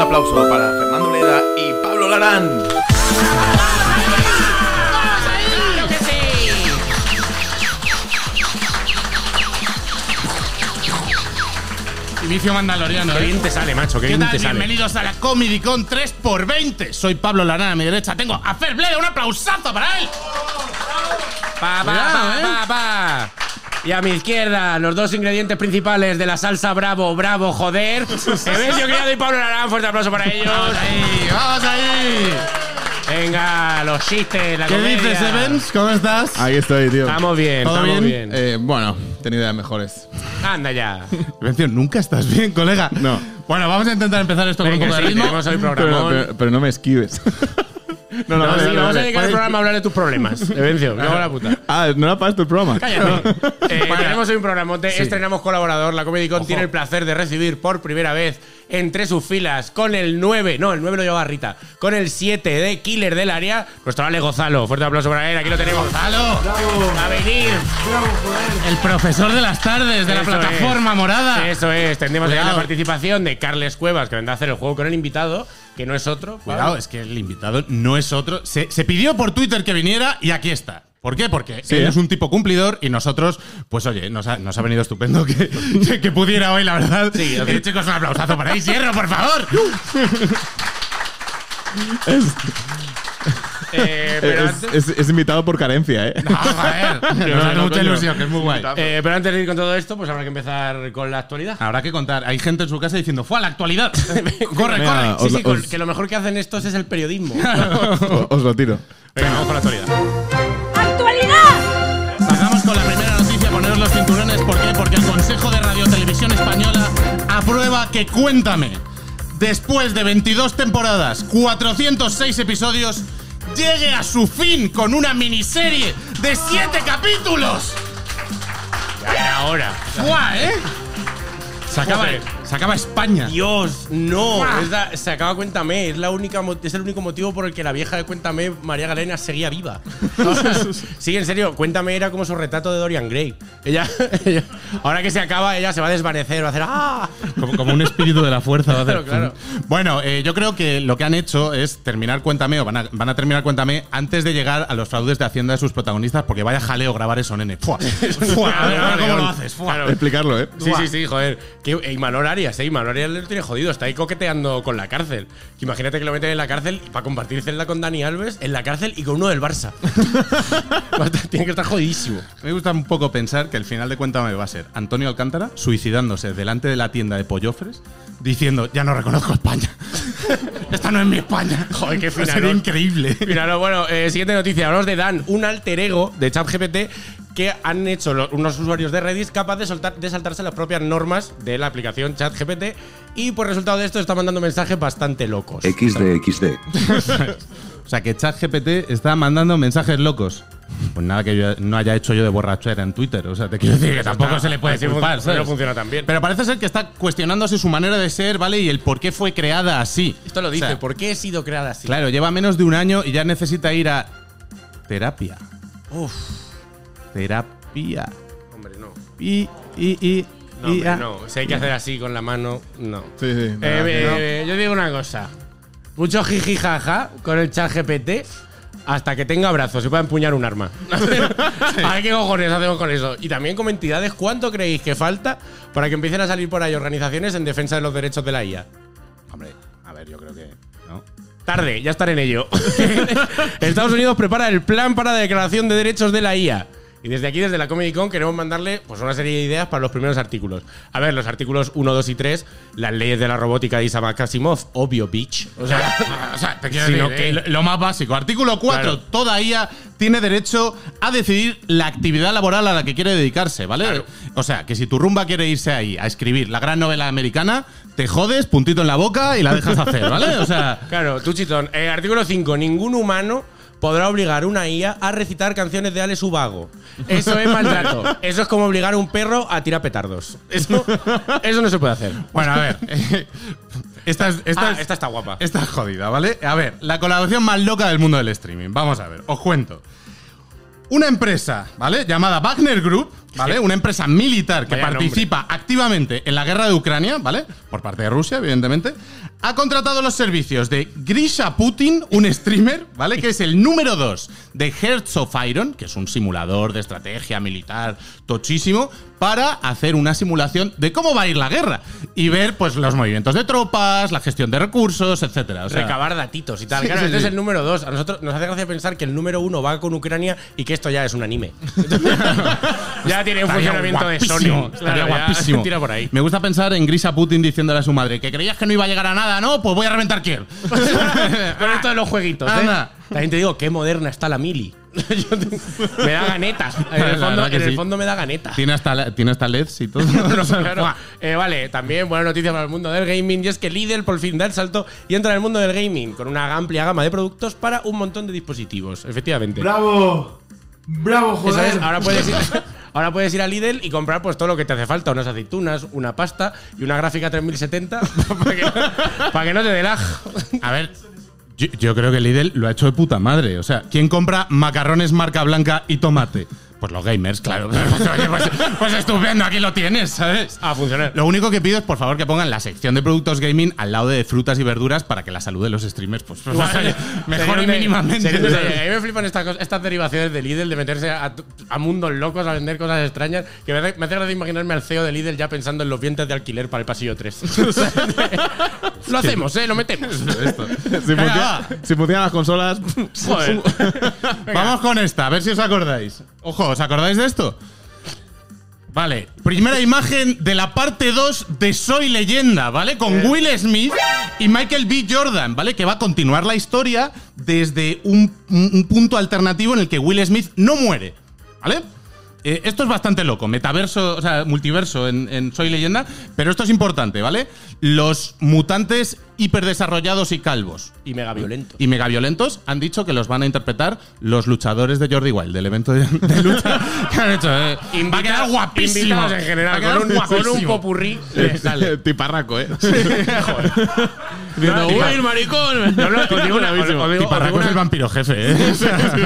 aplauso para Fernando Leda y Pablo Larán. ¡Claro que sí! Inicio mandaloriano, Qué ¿eh? bien te sale, macho, qué, ¿Qué bien tal? te sale. Bienvenidos a la Comedy Con 3x20. Soy Pablo Larana, a mi derecha tengo a Fer Bleda. ¡Un aplausazo para él! Pa, pa, Cuidado, pa, ¿eh? pa, pa. Y a mi izquierda, los dos ingredientes principales de la salsa Bravo, Bravo, joder. Evelio Criado y Pablo Larán, fuerte aplauso para ellos. ¡Vamos ahí! ¡Vamos ahí! Venga, los chistes, la ¿Qué comedia. dices, Evans? ¿Cómo estás? Ahí estoy, tío. Estamos bien, ¿Todo estamos bien? bien. Eh, bueno, tenía ideas mejores. Anda ya. Vencio, nunca estás bien, colega. No. Bueno, vamos a intentar empezar esto con un Venga, poco de sí, ritmo. tenemos hoy Pero, programón. pero- pero no me esquives. no, no, sí, no, vamos no, no, a dedicar el no. programa a hablar de tus problemas. Evencio, me cago en la puta. ah, no era para tu programa. Cállate. Eh, Vaya. tenemos hoy un programote. Estrenamos colaborador. La Comedy Con tiene el placer de recibir por primera vez entre sus filas con el 9. No, el 9 lo lleva Rita. Con el 7 de Killer del área. Nuestro Ale Gozalo. Fuerte aplauso para él. Aquí lo tenemos. ¡Halo! A venir. El profesor de las tardes de la Eso plataforma es. morada. Eso es. Tendremos ya la Cuidado. participación de Carles Cuevas, que vendrá a hacer el juego con el invitado, que no es otro. Cuidado, Pablo. es que el invitado no es otro. Se, se pidió por Twitter que viniera y aquí está. ¿Por qué? Porque Sí, él ¿eh? es un tipo cumplidor y nosotros, pues oye, nos ha, nos ha venido estupendo que, que- que pudiera hoy, la verdad. Sí, ok. Eh, chicos, un aplausazo para Isierro, por favor. Eh, pero Es, antes- es- es invitado por carencia, ¿eh? Ah, joder, no, nos hace no, mucha coño. ilusión, que es muy guay. eh, pero antes de ir con todo esto, pues habrá que empezar con la actualidad. Ah. Habrá que contar. Hay gente en su casa diciendo, ¡fue a la actualidad! ¡Corre, Venga, corre! Sí, os sí, la- con- os- que lo mejor que hacen estos es el periodismo. O- Os lo tiro. Venga, vamos con la actualidad. ¡Actualidad! Pasamos con la primera noticia, poneros los cinturones. ¿Por qué? Porque el Consejo de Radio Televisión Española aprueba que Cuéntame, después de 22 temporadas, 406 episodios, llegue a su fin con una miniserie de 7 capítulos. Ahora. ¡Guau, eh! Se acaba, Joder. se acaba España. Dios, no. Ah. Es la- se acaba Cuéntame. Es, la única, mo- es el único motivo por el que la vieja de Cuéntame, María Galena, seguía viva. O sea, sí, en serio. Cuéntame era como su retrato de Dorian Gray. Ella, ella- ahora que se acaba, ella se va a desvanecer, va a hacer ¡ah! Como, como un espíritu de la fuerza. va a hacer- Claro, Bueno, eh, yo creo que lo que han hecho es terminar Cuéntame, o van a, van a terminar Cuéntame antes de llegar a los fraudes de Hacienda de sus protagonistas, porque vaya jaleo grabar eso, nene. Fua, fua, a ver, a ver cómo lo haces. fua. Claro. Explicarlo, ¿eh? Sí, sí, sí, joder. Que e Imanol Arias, eh. Imanol Arias lo tiene jodido. Está ahí coqueteando con la cárcel. Que imagínate que lo meten en la cárcel para compartir celda con Dani Alves en la cárcel y con uno del Barça. Va a estar- tiene que estar jodidísimo. Me gusta un poco pensar que el final de Cuéntame va a ser Antonio Alcántara suicidándose delante de la tienda de pollofres diciendo, ya no reconozco España. Esta no es mi España. Joder, qué final, Sería ¿no? increíble. Mira, no, bueno, eh, siguiente noticia. Hablamos de Dan, un alter ego de ChatGPT que han hecho lo- unos usuarios de Reddit capaz de, soltar, de saltarse las propias normas de la aplicación ChatGPT y por resultado de esto está mandando mensajes bastante locos. XD, XD. O sea, que ChatGPT está mandando mensajes locos. Pues nada que yo no haya hecho yo de borrachera en Twitter. O sea, te quiero decir que tampoco se le puede Así fun- culpar, ¿sabes? No funciona tan bien. Pero parece ser que está cuestionándose su manera de ser, ¿vale? Y el por qué fue creada así. esto lo dice, O sea, ¿por qué he sido creada así? Claro, lleva menos de un año y ya necesita ir a terapia. Uf, Terapia. hombre, no. No, Y, y, y, y- hombre, ah. no. Si hay que hacer así con la mano, no. Sí, sí. Eh, nada, eh, no. eh, yo digo una cosa. Mucho jiji jaja con el chat GPT hasta que tenga brazos y pueda empuñar un arma. a ver qué cojones hacemos con eso. Y también como entidades, ¿cuánto creéis que falta para que empiecen a salir por ahí organizaciones en defensa de los derechos de la IA? Hombre, a ver, yo creo que. ¿no? Tarde, ya estaré en ello. Estados Unidos prepara el plan para la declaración de derechos de la IA. Y desde aquí, desde la Comedy Con, queremos mandarle pues, una serie de ideas para los primeros artículos. A ver, los artículos 1, 2 y 3, las leyes de la robótica de Isaac Asimov, obvio, bitch. O sea, o sea, te quiero Sino decir, que- eh, lo- lo más básico. Artículo 4. Claro. Toda IA tiene derecho a decidir la actividad laboral a la que quiere dedicarse, ¿vale? Claro. O sea, que si tu rumba quiere irse ahí a escribir la gran novela americana, te jodes, puntito en la boca y la dejas hacer, ¿vale? O sea, Claro, tú chitón. Eh, artículo 5. Ningún humano podrá obligar una IA a recitar canciones de Alex Ubago. Eso es maltrato. Eso es como obligar a un perro a tirar petardos. Eso, eso no se puede hacer. bueno, a ver. Esta, es- esta Ah, es- esta está guapa. Esta es jodida, ¿vale? A ver, la colaboración más loca del mundo del streaming. Vamos a ver, os cuento. Una empresa, ¿vale? Llamada Wagner Group ¿vale? Una empresa militar que Vaya participa activamente en la guerra de Ucrania, ¿vale? Por parte de Rusia, evidentemente. Ha contratado los servicios de Grisha Putin, un streamer, ¿vale? Que es el número 2 de Hearts of Iron, que es un simulador de estrategia militar tochísimo, para hacer una simulación de cómo va a ir la guerra y ver, pues, los movimientos de tropas, la gestión de recursos, etcétera. O sea, recabar datitos y tal. Sí, claro, sí, este sí. es el número dos. A nosotros nos hace gracia pensar que el número uno va con Ucrania y que esto ya es un anime. ya tiene un Estaría funcionamiento de guapísimo, Sony. estaría Claro, ya guapísimo. Tira por ahí. Me gusta pensar en Grisa Putin diciéndole a su madre que creías que no iba a llegar a nada, ¿no? Pues voy a reventar Kiev. Con esto de los jueguitos, ¿eh? Anda. También te digo, qué moderna está la mili. Yo te- me da ganetas. En La el fondo, verdad que en el sí. fondo me da ganetas. tiene, hasta, tiene hasta LEDs y todo. Claro. Eh, vale, también buena noticia para el mundo del gaming y es que Lidl por fin da el salto y entra en el mundo del gaming con una amplia gama de productos para un montón de dispositivos, efectivamente. ¡Bravo! ¡Bravo, Eso joder! es, ahora puedes ir. Ahora puedes ir a Lidl y comprar pues todo lo que te hace falta, unas aceitunas, una pasta y una gráfica 3070 para que, para que no te dé lag. A ver, yo, yo creo que Lidl lo ha hecho de puta madre. O sea, ¿quién compra macarrones marca blanca y tomate? Pues los gamers, claro. Oye, pues, pues estupendo, aquí lo tienes, ¿sabes? A funcionar. Lo único que pido es, por favor, que pongan la sección de productos gaming al lado de frutas y verduras para que la salud de los streamers, pues, pues, oye, mejore Sería un de- sería un detalle. mínimamente. A mí me flipan estas, cosas- estas derivaciones de Lidl, de meterse a, a mundos locos, a vender cosas extrañas, que me hace, me hace gracia imaginarme al CEO de Lidl ya pensando en los vientres de alquiler para el pasillo 3. O sea, lo hacemos, ¿eh? Lo metemos. Si, Venga, funciona- va. si funcionan las consolas. Joder. Vamos con esta, a ver si os acordáis. Ojo, ¿os acordáis de esto? Vale, primera imagen de la parte 2 de Soy Leyenda, ¿vale? Con Will Smith y Michael B. Jordan, ¿vale? Que va a continuar la historia desde un, un- un punto alternativo en el que Will Smith no muere, ¿vale? Eh, esto es bastante loco, metaverso, o sea, multiverso en, en Soy Leyenda, pero esto es importante, ¿vale? Los mutantes hiperdesarrollados y calvos, Y mega violento. y megaviolentos han dicho que los van a interpretar los luchadores de Jordi Wild, del evento de, de lucha que han hecho. eh. va a quedar guapísimo. Invitados en Va a general, quedar con un, con un guapísimo. popurrí de sale. eh, Tiparraco, ¿eh? No, ¡Uy, maricón! No, no, os digo una- os- os digo- os digo Tiparraco es el una- vampiro jefe. eh. O sea,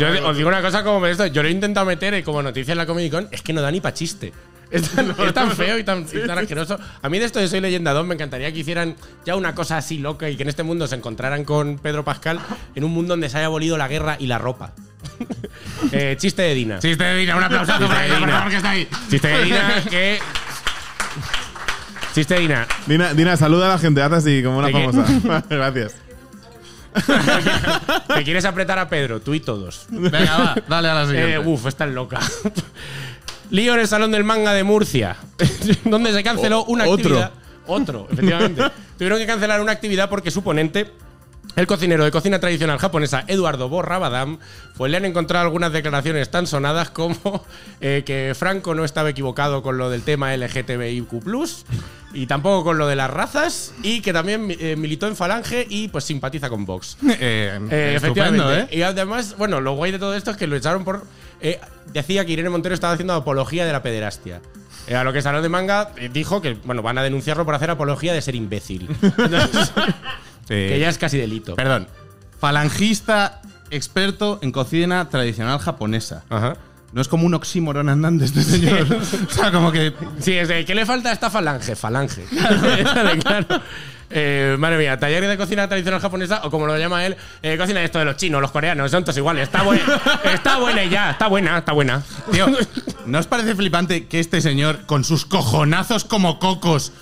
yo os digo una cosa como esto. Yo lo he intentado meter eh, como noticia en la Comic Con. Es que no da ni pa' chiste. Es tan, es tan feo y tan, y tan asqueroso. A mí de esto de Soy Leyenda 2 me encantaría que hicieran ya una cosa así loca y que en este mundo se encontraran con Pedro Pascal en un mundo donde se haya abolido la guerra y la ropa. Eh, chiste de Dina. Chiste de Dina, un aplausazo Chiste para de ella, por Dina. favor, que está ahí. Chiste de Dina que... Chiste de Dina. Dina, Dina, saluda a la gente, haz así como una ¿De qué? famosa. Gracias. Te quieres apretar a Pedro, tú y todos. Venga, va, dale a la siguiente. Eh, uf, es tan loca. Lío en el Salón del Manga de Murcia, donde se canceló O- una otro. actividad. Otro, efectivamente. Tuvieron que cancelar una actividad porque su ponente, el cocinero de cocina tradicional japonesa Eduardo Borrabadam, pues le han encontrado algunas declaraciones tan sonadas como eh, que Franco no estaba equivocado con lo del tema LGTBIQ+, y tampoco con lo de las razas, y que también eh, militó en Falange y pues simpatiza con Vox. Eh, Eh, estupendo, efectivamente. ¿eh? Y además, bueno, lo guay de todo esto es que lo echaron por. eh, decía que Irene Montero estaba haciendo apología de la pederastia. Eh, a lo que Salón de Manga eh, dijo que, bueno, van a denunciarlo por hacer apología de ser imbécil. Eh, que ya es casi delito. Perdón. Falangista experto en cocina tradicional japonesa. Ajá. No es como un oxímoron andante este señor. o sea, como que Sí, es de, ¿qué le falta a esta falange? Falange. Claro, claro. Eh, madre mía, taller de cocina tradicional japonesa, o como lo llama él, eh, cocina de esto de los chinos, los coreanos, son todos iguales. Está buena, está buena y ya, está buena, está buena. Tío, ¿no os parece flipante que este señor, con sus cojonazos como cocos,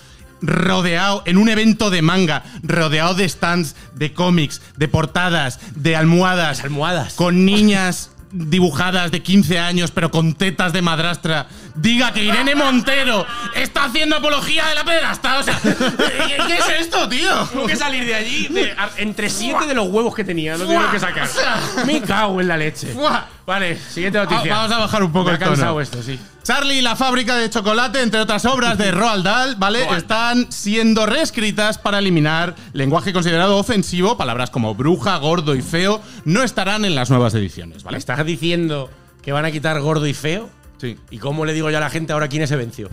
rodeado en un evento de manga, rodeado de stands, de cómics, de portadas, de almohadas, Almohadas. con niñas dibujadas de 15 años, pero con tetas de madrastra, diga que Irene Montero está haciendo apología de la pedrasta? O sea, ¿qué, qué es esto, tío? Tuvo que salir de allí de- a- entre siete de los huevos que tenía, lo tuvieron que sacar. Me cago en la leche. Buah. Vale, siguiente Va- noticia. Ah, Vamos a bajar un poco Me ha el tono. cansado esto, sí. Charlie y la fábrica de chocolate, entre otras obras de Roald Dahl, ¿vale? Están siendo reescritas para eliminar lenguaje considerado ofensivo. Palabras como bruja, gordo y feo no estarán en las nuevas ediciones, ¿Me ¿vale? estás diciendo que van a quitar gordo y feo? Sí. ¿Y cómo le digo yo a la gente ahora quién se venció?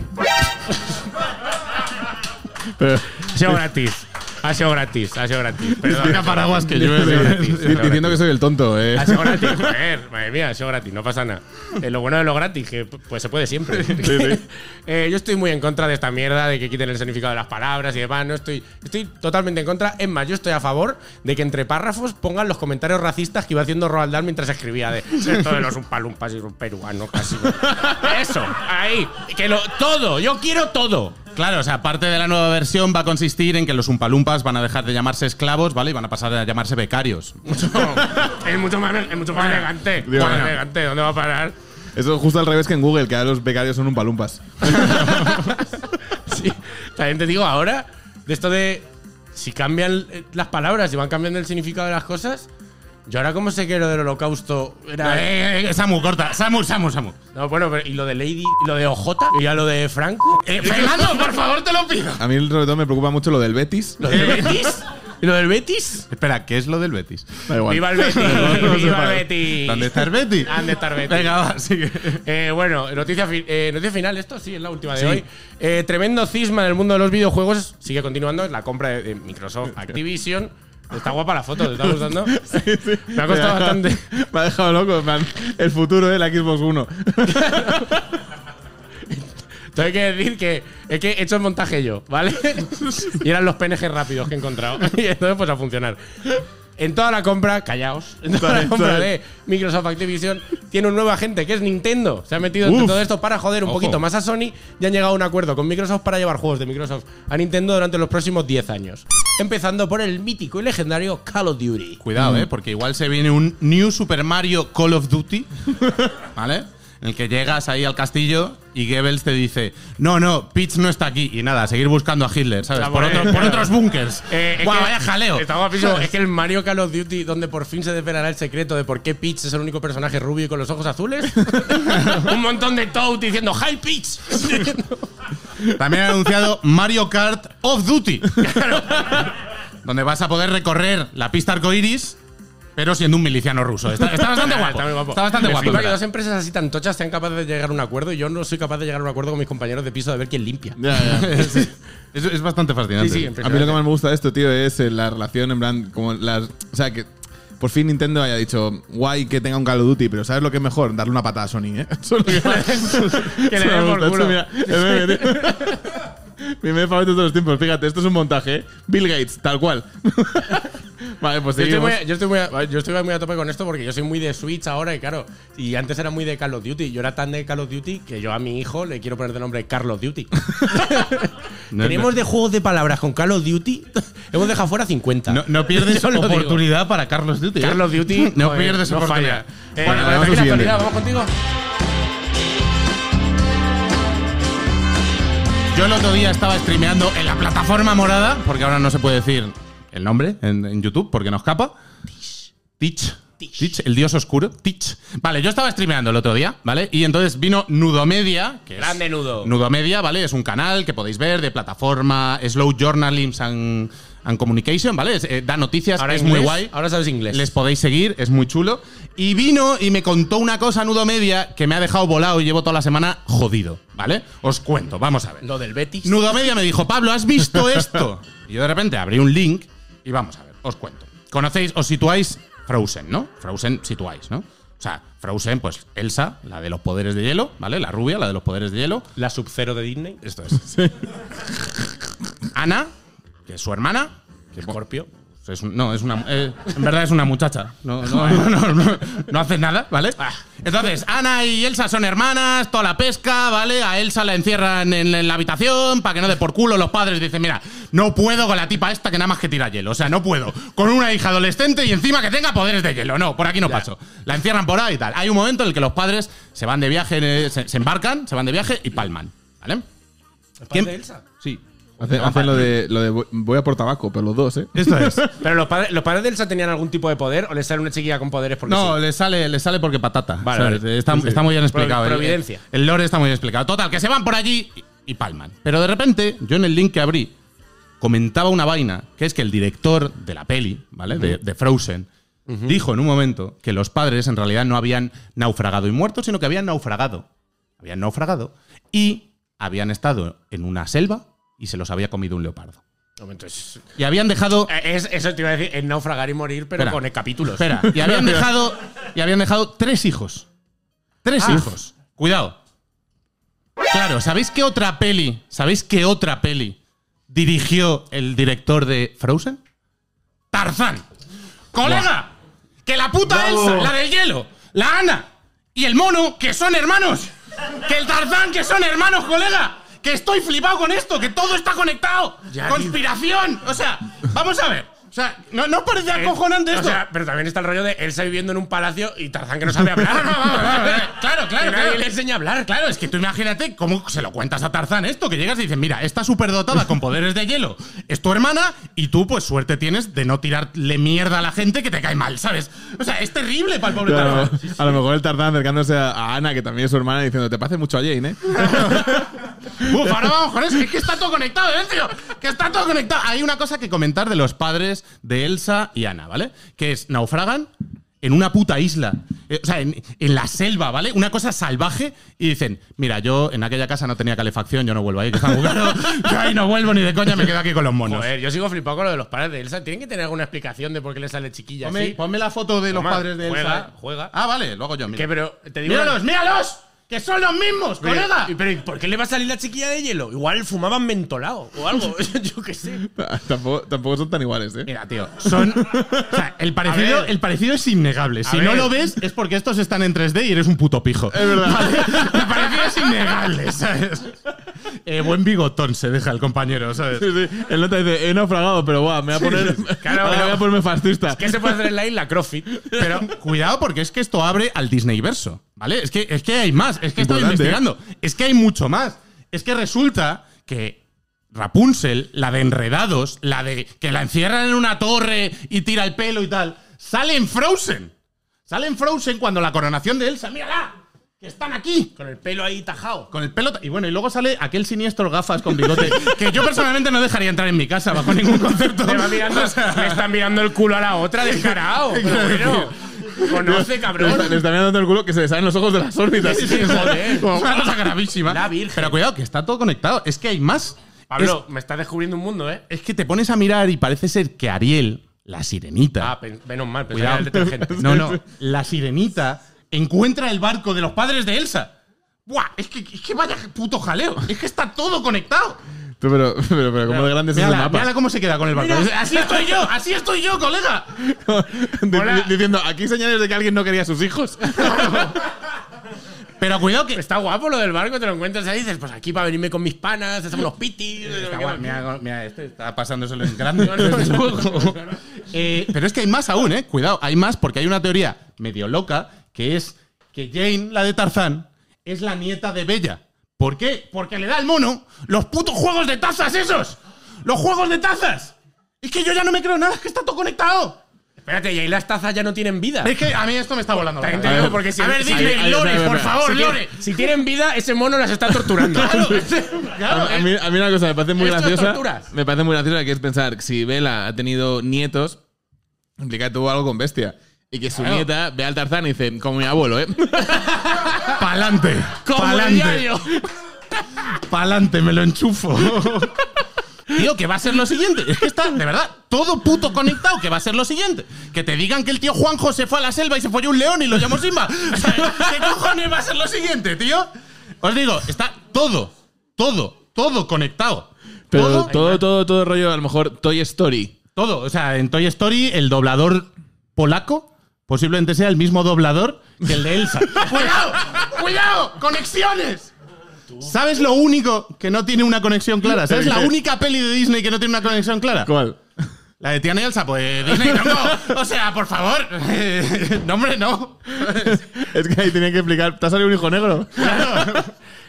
Pero, Seo gratis. Ha sido gratis, ha sido gratis. Perdón, Saca paraguas que llueve. Diciendo que soy el tonto, eh. Ha sido gratis, joder, madre mía, ha sido gratis, no pasa nada. Eh, lo bueno de lo gratis, que pues se puede siempre. Eh, yo estoy muy en contra de esta mierda de que quiten el significado de las palabras y demás, no estoy, estoy totalmente en contra. Es más, yo estoy a favor de que entre párrafos pongan los comentarios racistas que iba haciendo Roald Dahl mientras escribía de esto de los umpalumpas y un peruano casi. Eso, ahí, que lo, todo, yo quiero todo. Claro, o sea, parte de la nueva versión va a consistir en que los umpalumpas van a dejar de llamarse esclavos, ¿vale? Y van a pasar a llamarse becarios. es mucho más, es mucho más elegante, Digo, más bueno. elegante, ¿dónde va a parar? Eso es justo al revés que en Google, que ahora los becarios son un palumpas. Sí. También te digo, ahora, de esto de. Si cambian eh, las palabras y van cambiando el significado de las cosas. Yo ahora, ¿cómo sé que lo del holocausto era.? Eh, eh, eh, Samu, corta. Samu, Samu, Samu. No, bueno, pero. ¿Y lo de Lady? ¿Y lo de OJ? ¿Y ya lo de Franco? Eh, Fernando, por favor, te lo pido. Eh. A mí, sobre todo, me preocupa mucho lo del Betis. ¿Lo del Betis? ¿Y lo del Betis? Espera, ¿qué es lo del Betis? Da igual. ¡Viva el Betis! Ah, ¡Viva el Betis! ¿Dónde está el Betis? ¿Dónde está el Betis? Venga, va, sigue. Eh, bueno, noticia, fi- eh, noticia final, esto sí, es la última de hoy. Eh, tremendo cisma en el mundo de los videojuegos. Sigue continuando la compra de, de Microsoft Activision. Está guapa la foto, ¿te está gustando? Me ha costado bastante. Me ha dejado loco, man. El futuro de la Xbox One. Tengo que decir que es que he hecho el montaje yo, ¿vale? Y eran los PNG rápidos que he encontrado. Y entonces, pues a funcionar. En toda la compra, callaos, en toda la Vale, compra vale. de Microsoft Activision, tiene un nuevo agente que es Nintendo. Se ha metido en Uf. todo esto para joder un Ojo. poquito más a Sony y han llegado a un acuerdo con Microsoft para llevar juegos de Microsoft a Nintendo durante los próximos 10 años. Empezando por el mítico y legendario Call of Duty. Cuidado, ¿eh? Porque igual se viene un New Super Mario Call of Duty, ¿vale? En el que llegas ahí al castillo y Goebbels te dice, no, no, Peach no está aquí. Y nada, seguir buscando a Hitler, ¿sabes? Está Por, bueno. otro- por otros búnkers. Eh, es Guau, que- vaya jaleo. Está guapísimo. Es que el Mario Call of Duty, donde por fin se desvelará el secreto de por qué Peach es el único personaje rubio y con los ojos azules. Un montón de Toad diciendo ¡Hi, Peach! También han anunciado Mario Kart Off Duty. donde vas a poder recorrer la pista arcoiris, pero siendo un miliciano ruso. Está, está bastante guapo. Está muy guapo. bastante Me guapo. flipa en que dos verdad. empresas así tan tochas sean capaces de llegar a un acuerdo y yo no soy capaz de llegar a un acuerdo con mis compañeros de piso de ver quién limpia. Sí. es, es bastante fascinante. Sí, sí, A mí lo que más me gusta de esto, tío, es eh, la relación, en plan, como las. O sea, que por fin Nintendo haya dicho, guay que tenga un Call of Duty, pero ¿sabes lo que es mejor? Darle una patada a Sony, ¿eh? Eso es lo que- Que le Eso den me por gusta. Esto, culo. mira, el meme, tío. Mi meme favorito de todos los tiempos. Fíjate, esto es un montaje, ¿eh? Bill Gates, tal cual. vale, pues Yo estoy, seguimos. muy, yo, estoy muy a, yo estoy muy a tope con esto porque yo soy muy de Switch ahora y claro, y antes era muy de Call of Duty. Yo era tan de Call of Duty que yo a mi hijo le quiero poner de nombre Carlos Duty. No, Tenemos de juegos de palabras con Call of Duty. Hemos dejado fuera 50. No, no pierdes Yo lo digo. oportunidad para Carlos Duty. ¿eh? Call of Duty. No joder, pierdes no oportunidad. falla. Eh, Bueno, bueno, vamos al perfecta siguiente. actualidad, vamos contigo. Yo el otro día estaba streameando en la plataforma morada, porque ahora no se puede decir el nombre en, en YouTube porque nos escapa. Teach. Teach, el dios oscuro. Teach. Vale, yo estaba streameando el otro día, ¿vale? Y entonces vino Nudomedia, que es- Grande Nudo. Nudomedia, ¿vale? Es un canal que podéis ver de plataforma Slow Journalism and, and Communication, ¿vale? Es- eh, da noticias, es muy inglés, guay. Ahora sabes inglés. Les podéis seguir, es muy chulo. Y vino y me contó una cosa, Nudo Media, que me ha dejado volado y llevo toda la semana jodido, ¿vale? Os cuento, vamos a ver. Lo del Betis. Nudo Media me dijo, Pablo, ¿has visto esto? Y yo de repente abrí un link y vamos a ver, os cuento. Conocéis, os situáis Frozen, ¿no? Frozen situáis, ¿no? O sea, Frozen, pues Elsa, la de los poderes de hielo, ¿vale? La rubia, la de los poderes de hielo. La Sub-Zero de Disney. Esto es. Ana, que es su hermana. Que Scorpio. es un- no, es una. eh, en verdad es una muchacha. No, no, no, no, no- no hace nada, ¿vale? Entonces, Ana y Elsa son hermanas, toda la pesca, ¿vale? A Elsa la encierran en, en la habitación para que no dé por culo. Los padres dicen: Mira, no puedo con la tipa esta que nada más que tira hielo. O sea, no puedo. Con una hija adolescente y encima que tenga poderes de hielo. No, por aquí no paso. La encierran por ahí y tal. Hay un momento en el que los padres se van de viaje, eh, se, se embarcan, se van de viaje y palman, ¿vale? ¿Quién- de Elsa? Sí. Hacen, hacen lo de, lo de voy- voy a por tabaco, pero los dos, ¿eh? Esto es. Pero los padres, los padres de Elsa tenían algún tipo de poder o les sale una chiquilla con poderes porque No, sí? le sale, le sale porque patata. Vale, ¿sabes? vale. Está, está muy bien explicado. Pro- El- providencia. El, lore está muy bien explicado. Total, que se van por allí y, y palman. Pero de repente, yo en el link que abrí, comentaba una vaina, que es que el director de la peli, ¿vale? De, de Frozen, dijo en un momento que los padres en realidad no habían naufragado y muerto, sino que habían naufragado. Habían naufragado y habían estado en una selva y se los había comido un leopardo. No, entonces. Y habían dejado. Eh, Es, eso te iba a decir, es naufragar y morir, pero Espera. con eh, capítulos. Espera, y habían dejado. Y habían dejado tres hijos. Tres Ah. hijos. Cuidado. Claro, ¿sabéis qué otra peli? ¿Sabéis qué otra peli dirigió el director de Frozen? ¡Tarzán! ¡Colega! ¡Que la puta Bravo. Elsa, la del hielo, la Ana y el mono, que son hermanos! ¡Que el Tarzán, que son hermanos, colega! ¡Que estoy flipado con esto! ¡Que todo está conectado! Ya, ¡Conspiración! O sea, vamos a ver. O sea, ¿no, no os parece Eh, acojonante esto? O sea, pero también está el rollo de Elsa viviendo en un palacio y Tarzán que no sabe hablar. claro, Que claro, nadie claro. le enseña a hablar. Claro, es que tú imagínate cómo se lo cuentas a Tarzán esto, que llegas y dices, mira, está superdotada con poderes de hielo, es tu hermana y tú pues suerte tienes de no tirarle mierda a la gente que te cae mal, ¿sabes? O sea, es terrible para el pobre Claro, Tarzán. a lo mejor el Tarzán acercándose a, a Ana, que también es su hermana, diciendo, te parece mucho a Jane, ¿eh? Uf, ahora vamos con eso. Es que está todo conectado, ¿eh, tío? Que está todo conectado. Hay una cosa que comentar de los padres de Elsa y Ana, ¿vale? Que es, naufragan en una puta isla. Eh, o sea, en, en la selva, ¿vale? Una cosa salvaje. Y dicen, mira, yo en aquella casa no tenía calefacción, yo no vuelvo ahí. Que está muy caro. Yo ahí no vuelvo ni de coña, me quedo aquí con los monos. Joder, yo sigo flipado con lo de los padres de Elsa. Tienen que tener alguna explicación de por qué le sale chiquilla Ponme, así. ponme la foto de los Toma, padres de juega, Elsa. juega. Ah, vale, lo hago yo. Mira. Que, pero, te digo ¡Míralos, una- míralos! ¡Que son los mismos, Pero- colega! y- pero ¿y ¿por qué le va a salir la chiquilla de hielo? Igual fumaban mentolado o algo. yo qué sé. tampoco, tampoco son tan iguales, ¿eh? Mira, tío, son. O sea, el parecido, ver. el parecido es innegable. Si A no ver. lo ves, es porque estos están en 3D y eres un puto pijo. Es verdad. El parecido es innegable, ¿sabes? Eh, buen bigotón se deja el compañero, ¿sabes? Sí, sí. El nota dice, he naufragado, pero guau, me voy a poner. Claro, ahora pero- voy a ponerme fascista. ¿Qué se puede hacer en la isla? Crossfit. Pero cuidado porque es que esto abre al Disneyverso, ¿vale? Es que, es que hay más, es que estoy Importante, investigando, es que hay mucho más. Es que resulta que Rapunzel, la de Enredados, la de que la encierran en una torre y tira el pelo y tal, sale en Frozen. Sale en Frozen cuando la coronación de Elsa, mírala, que están aquí. Con el pelo ahí tajado. Con el pelo. ta- Y bueno, y luego sale aquel siniestro gafas con bigote. que yo personalmente no dejaría entrar en mi casa bajo ningún concepto. Le, va mirando, O sea, le están mirando el culo a la otra descarado. Pero bueno, conoce, Le está, le cabrón. está mirando tanto el culo que se le salen los ojos de las órbitas. Sí, sí, joder. Es una cosa gravísima. La Virgen. Pero cuidado, que está todo conectado. Es que hay más. Pablo, me estás descubriendo un mundo, ¿eh? Es, es que te pones a mirar y parece ser que Ariel, la sirenita. Ah, pen- menos mal, pensaba cuidado. que era el detergente. No, no. La sirenita encuentra el barco de los padres de Elsa. Buah, es que, es que vaya puto jaleo. Es que está todo conectado. Tú, pero, pero, pero ¿cómo de grande es el Mírala, mapa? mírala cómo se queda con el barco. Mira. Así estoy yo, así estoy yo, colega. Di- Hola. di- Diciendo, aquí señales de que alguien no quería a sus hijos. Pero cuidado que. Está guapo lo del barco, te lo encuentras ahí y dices, pues aquí para venirme con mis panas, hacemos los pitis. Está guay, mira, mira, este está pasándoselo en grande. Eh, pero es que hay más aún, ¿eh? Cuidado, hay más porque hay una teoría medio loca que es que Jane, la de Tarzán, es la nieta de Bella. ¿Por qué? Porque le da al mono los putos juegos de tazas esos. Los juegos de tazas. Es que yo ya no me creo nada, es que está todo conectado. Espérate, y ahí las tazas ya no tienen vida. Es que a mí esto me está volando. la También te cabeza. digo, porque si- a ver, si- dime, ahí- ahí- Lore, espera, por espera. favor, si, tienen- Lore. si tienen vida, ese mono las está torturando. Claro, A, a mí, a mí una cosa me parece muy Esto es graciosa. torturas. Me parece muy graciosa que es pensar que si Vela ha tenido nietos, implica que tuvo algo con bestia. Y que su nieta ve al Tarzán y dice, como mi abuelo, ¿eh? Pa'lante. Como Pa'lante. diario. Pa'lante, me lo enchufo. Tío, que va a ser lo siguiente. Es que está, de verdad, todo puto conectado. Que va a ser lo siguiente. Que te digan que el tío Juanjo se fue a la selva y se folló un león y lo llamó Simba. O sea, ¿Qué cojones va a ser lo siguiente, tío? Os digo, está todo, todo, todo conectado. Pero todo, todo, todo, todo rollo, a lo mejor Toy Story. todo. O sea, en Toy Story, el doblador polaco posiblemente sea el mismo doblador que el de Elsa. ¡Cuidado! ¡Cuidado! ¡Conexiones! ¿Sabes lo único que no tiene una conexión clara? ¿Sabes la única peli de Disney que no tiene una conexión clara? ¿Cuál? La de Tiana y Elsa, pues Disney no. O sea, por favor. No, hombre, no. Es que ahí tenía que explicar, ¿te ha salido un hijo negro?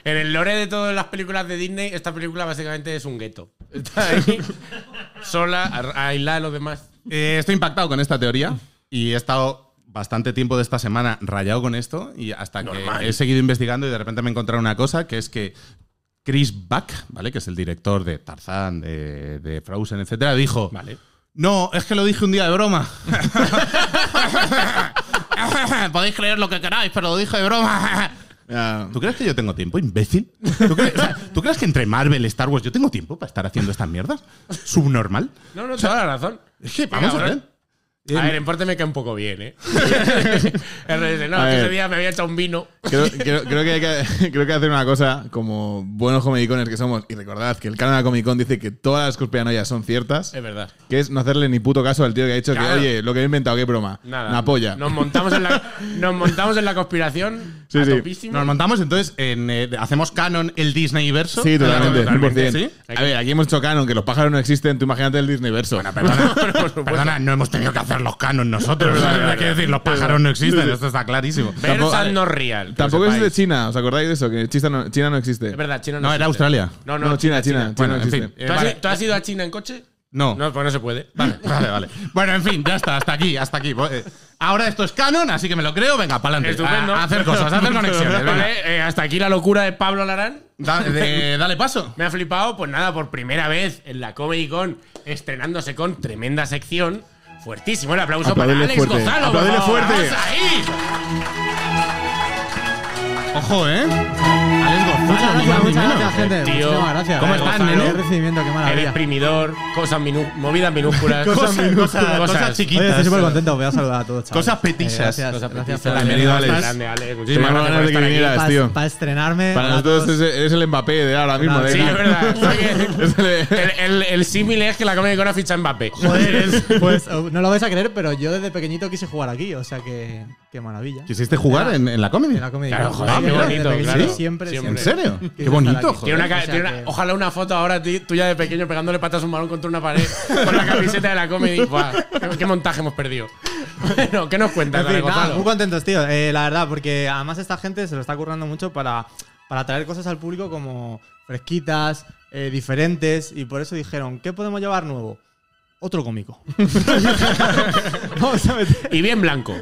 En el lore de todas las películas de Disney, esta película básicamente es un gueto. Está ahí, sola, a- aislada de los demás. Eh, estoy impactado con esta teoría y he estado bastante tiempo de esta semana rayado con esto y hasta que he seguido investigando y de repente me he encontrado una cosa que es que Chris Buck, ¿vale? Que es el director de Tarzán, de, de Frozen, etcétera, dijo. Vale. No, es que lo dije un día de broma. Podéis creer lo que queráis, pero lo dije de broma. Ya. ¿Tú crees que yo tengo tiempo, imbécil? ¿Tú crees, o sea, ¿tú crees que entre Marvel, Star Wars, yo tengo tiempo para estar haciendo estas mierdas? ¿Subnormal? No, no, toda la razón. Es que vamos a ver. A ver, en parte me cae un poco bien, ¿eh? El rey dice, no, A es que ver. ese día me había echado un vino. Creo, creo- creo que hay que, creo que hacer una cosa como buenos comicones que somos. Y recordad que el canon de Comic Con dice que todas las conspiranoias son ciertas. Es verdad. Que es no hacerle ni puto caso al tío que ha dicho Claro. que, oye, lo que he inventado, qué broma. Nada. Una polla. Nos montamos en la, nos montamos en la conspiración. Sí, a sí. topísimo. Nos montamos entonces en. eh, hacemos canon el Disney verso. Sí, totalmente. Totalmente, 100%. sí. A ver, aquí hemos hecho canon, que los pájaros no existen. Tú imagínate el Disneyverso. Perdona, perdona, no hemos tenido que hacer los canon nosotros. Hay que decir, los pájaros no existen, esto está clarísimo. Birds Tampoco- are not real. que lo Tampoco es de sepáis. China, ¿os acordáis de eso? Que China no, China no existe. Es verdad, China no No, era existe. Australia. No, no, No, China, China. China Bueno, no en fin. existe. ¿Tú, Eh, has, vale. tú has ido a China en coche? No. No, pues no se puede. Vale, vale, vale. Bueno, en fin, ya está, hasta aquí, hasta aquí. Eh, Ahora esto es canon, así que me lo creo. Venga, para adelante. Estupendo. A, a hacer cosas, a hacer conexiones. venga. Vale, eh, hasta aquí la locura de Pablo Larán. Da- de- dale paso. Me ha flipado, pues nada, por primera vez en la Comedy Con, estrenándose con tremenda sección. Fuertísimo el aplauso Aplaudidle para Alex fuerte. Gonzalo. Aplaudidle por favor. fuerte. ¡Vamos ahí! Ojo, ¿eh? Alex Gonzalo, ni más Muchas ni gracias, menos. gente. Ah, Tío, Muchísimas gracias. eh. ¿cómo estás, Eh, nene? Qué recibimiento, qué El maravilla. exprimidor, cosas minu- movidas minúsculas. Cosas, cosas, cosas Oye, chiquitas. estoy súper contento. Voy a saludar a todos, chavales. Eh, Cosas petisas. gracias, Cosas gracias petistas. por Bienvenido, Grande, Alex. Grande, Alex. Tenía Muchísimas gracias ganas por de que estar aquí. vinieras. para, tío. para estrenarme. Para a nosotros todos. eres, eres el Mbappé de ahora mismo. Claro, de- Ah, Sí, es verdad. O sea que Es el- El, el, el símil es que la Comedy Con ha fichado a Mbappé. Joder, es- pues oh, no lo vais a creer, pero yo desde pequeñito quise jugar aquí, o sea que qué maravilla. ¿Quisiste jugar en, en la comedy? Ah, En la comedia. Claro, joder, Sí, qué ah, desde bonito, pequeñito, claro. Siempre. Siempre, siempre. ¿En serio? Quise Qué estar bonito, aquí. joder. Tiene una, ca- O sea tiene una- que- ojalá una foto ahora ti- tuya de pequeño pegándole patas a un balón contra una pared con la camiseta de la comedy. Buah, qué, qué montaje hemos perdido. Bueno, ¿qué nos cuentas, En fin, Dani nada, Gonzalo? muy contentos, tío. Eh, la verdad, porque además esta gente se lo está currando mucho para, para traer cosas al público como fresquitas, eh, diferentes, y por eso dijeron, ¿qué podemos llevar nuevo? Otro cómico. vamos, a meter, Y bien blanco.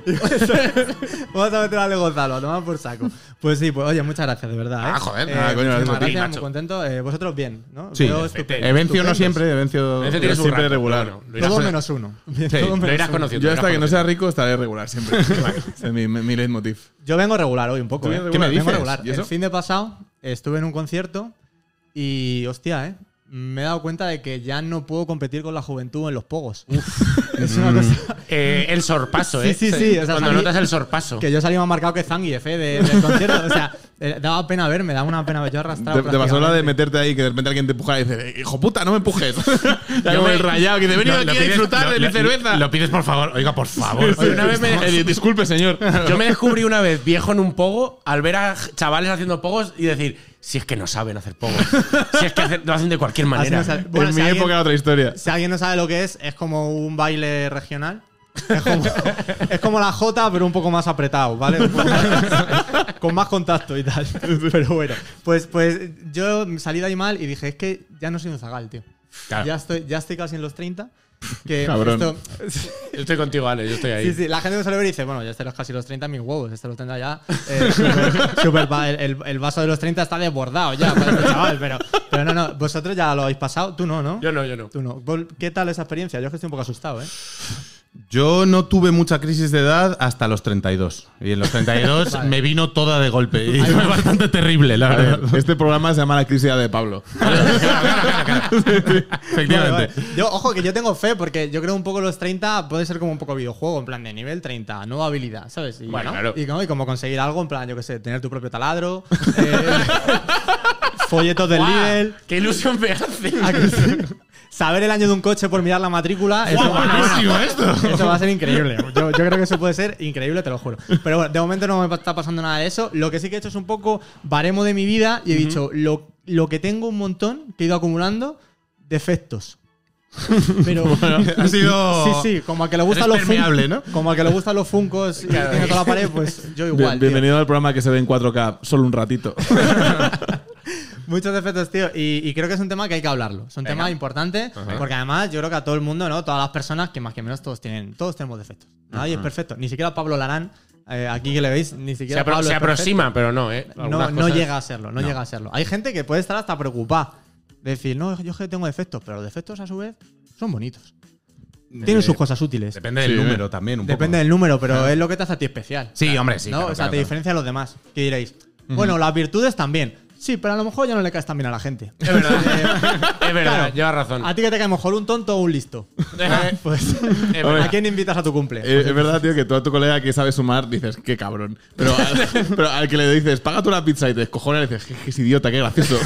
vamos a meter a Ale Gonzalo, a tomar por saco. Pues sí, pues oye, muchas gracias, de verdad. ¿eh? Ah, joder, Eh, nada, coño, muchísimas gracias a ti, gracias, muy macho. contento. Eh, vosotros bien, ¿no? Sí. Veo Efecti- estupendos, Evencio no estupendos. siempre, Evencio. Ese tiene su siempre gracia, regular. pero bueno, lo irás- Todo menos uno. Todo menos Lo irás uno. conociendo. Yo lo irás hasta que no conociendo. sea rico estaré regular siempre. es mi, mi, mi leitmotiv. Yo vengo regular hoy un ¿Tú poco. ¿eh? vienes regular? Vengo ¿Qué me regular. dices? ¿Y eso? El fin de pasado estuve en un concierto y, hostia, ¿eh? me he dado cuenta de que ya no puedo competir con la juventud en los pogos. es una cosa Eh, el sorpaso, Sí, ¿eh? sí, sí, o sea, Cuando salí- notas el Mm. sorpaso. que yo salí más marcado que Zangief ¿eh? de- del concierto. O sea, eh, daba pena verme, daba una pena ver. Yo arrastrado. Te, te pasó la de prácticamente. meterte ahí que de repente alguien te empujara y dice, hijo puta, no me empujes. Ya como me- el rayado que te he venido Lo- lo aquí a pides- disfrutar lo- de mi lo- cerveza. Lo pides, por favor. Oiga, por favor. Oye, una vez me- Eh, disculpe, señor. Yo me descubrí una vez viejo en un pogo al ver a chavales haciendo pogos y decir, si es que no saben hacer pogos, si es que hacer- lo hacen de cualquier Así manera. no sale. en Bueno, si mi alguien- época era otra historia. Si alguien no sabe lo que es, es como un baile regional. Es como, es como la Jota, pero un poco más apretado, ¿vale? Un poco más- con más contacto y tal. Pero bueno, pues, pues yo salí de ahí mal y dije, es que ya no soy un zagal, tío. Claro. Ya, estoy, ya estoy casi en los 30. Que Cabrón. esto- Yo estoy contigo, Ale, yo estoy ahí. sí, sí, la gente que suele ver dice, bueno, ya estoy casi los 30, mis huevos, este los 30 ya. eh, super- super va- el, el- el vaso de los 30 está desbordado ya para este chaval, pero, pero no, no, vosotros ya lo habéis pasado, tú no, ¿no? Yo no, yo no. Tú no. Vol- ¿Qué tal esa experiencia? Yo es que estoy un poco asustado, ¿eh? Yo no tuve mucha crisis de edad hasta los 32. Y en los 32 me vino toda de golpe. Y fue bastante terrible, la A ver, verdad. este programa se llama La crisis de Pablo. Efectivamente. Vale, vale. Yo, ojo, que yo tengo fe, porque yo creo un poco los 30 puede ser como un poco videojuego, en plan de nivel 30, nueva habilidad, ¿sabes? Y, Bueno, claro. y, como, y como conseguir algo, en plan, yo qué sé, tener tu propio taladro, eh, folletos del ¡Guau! Lidl, ¡Qué ilusión me hace! ¿a que sí? saber el año de un coche por mirar la matrícula. eso- buenísimo esto! Eso va a ser increíble. Yo, yo creo que eso puede ser increíble, te lo juro. Pero bueno, de momento no me está pasando nada de eso. Lo que sí que he hecho es un poco baremo de mi vida y he dicho lo, lo que tengo un montón que he ido acumulando, defectos. Pero Ha sido. sí, sí, como a que le gustan los eres fun- permeable, ¿no? Como a que le gustan los funcos y tiene toda la pared, pues yo Bien- igual. tío. bienvenido al programa que se ve en 4K solo un ratito. Muchos defectos, tío. Y, y creo que es un tema que hay que hablarlo. Es un tema importante porque además yo creo que a todo el mundo, ¿no? Todas las personas que más que menos todos tienen, todos tenemos defectos. Nadie es perfecto. Ni siquiera Pablo Larán, eh, aquí que le veis, ni Se, siquiera apro- Pablo se es perfecto. aproxima, pero no, ¿eh? No, Algunas no cosas- llega a serlo, no, llega a serlo. Hay gente que puede estar hasta preocupada. de Decir, no, yo es que tengo defectos, pero los defectos a su vez son bonitos. Tienen sus cosas útiles. Depende, Depende del Sí, número también. Un poco. del número, pero es lo que te hace a ti especial. Sí, hombre, sí. ¿no? claro, o sea, claro, te claro. diferencia de los demás. ¿Qué diréis? Bueno, las virtudes también. Sí, pero a lo mejor ya no le caes tan bien a la gente. Es verdad. es verdad, Claro. llevas razón. A ti que te cae mejor un tonto o un listo. Ah, pues, verdad. ¿a quién invitas a tu cumple? Eh, es verdad, tío, que tú a tu colega que sabe sumar dices, qué cabrón. Pero al, pero al que le dices, paga tú la pizza y te descojonas, le dices, "Qué- qué es idiota, qué gracioso.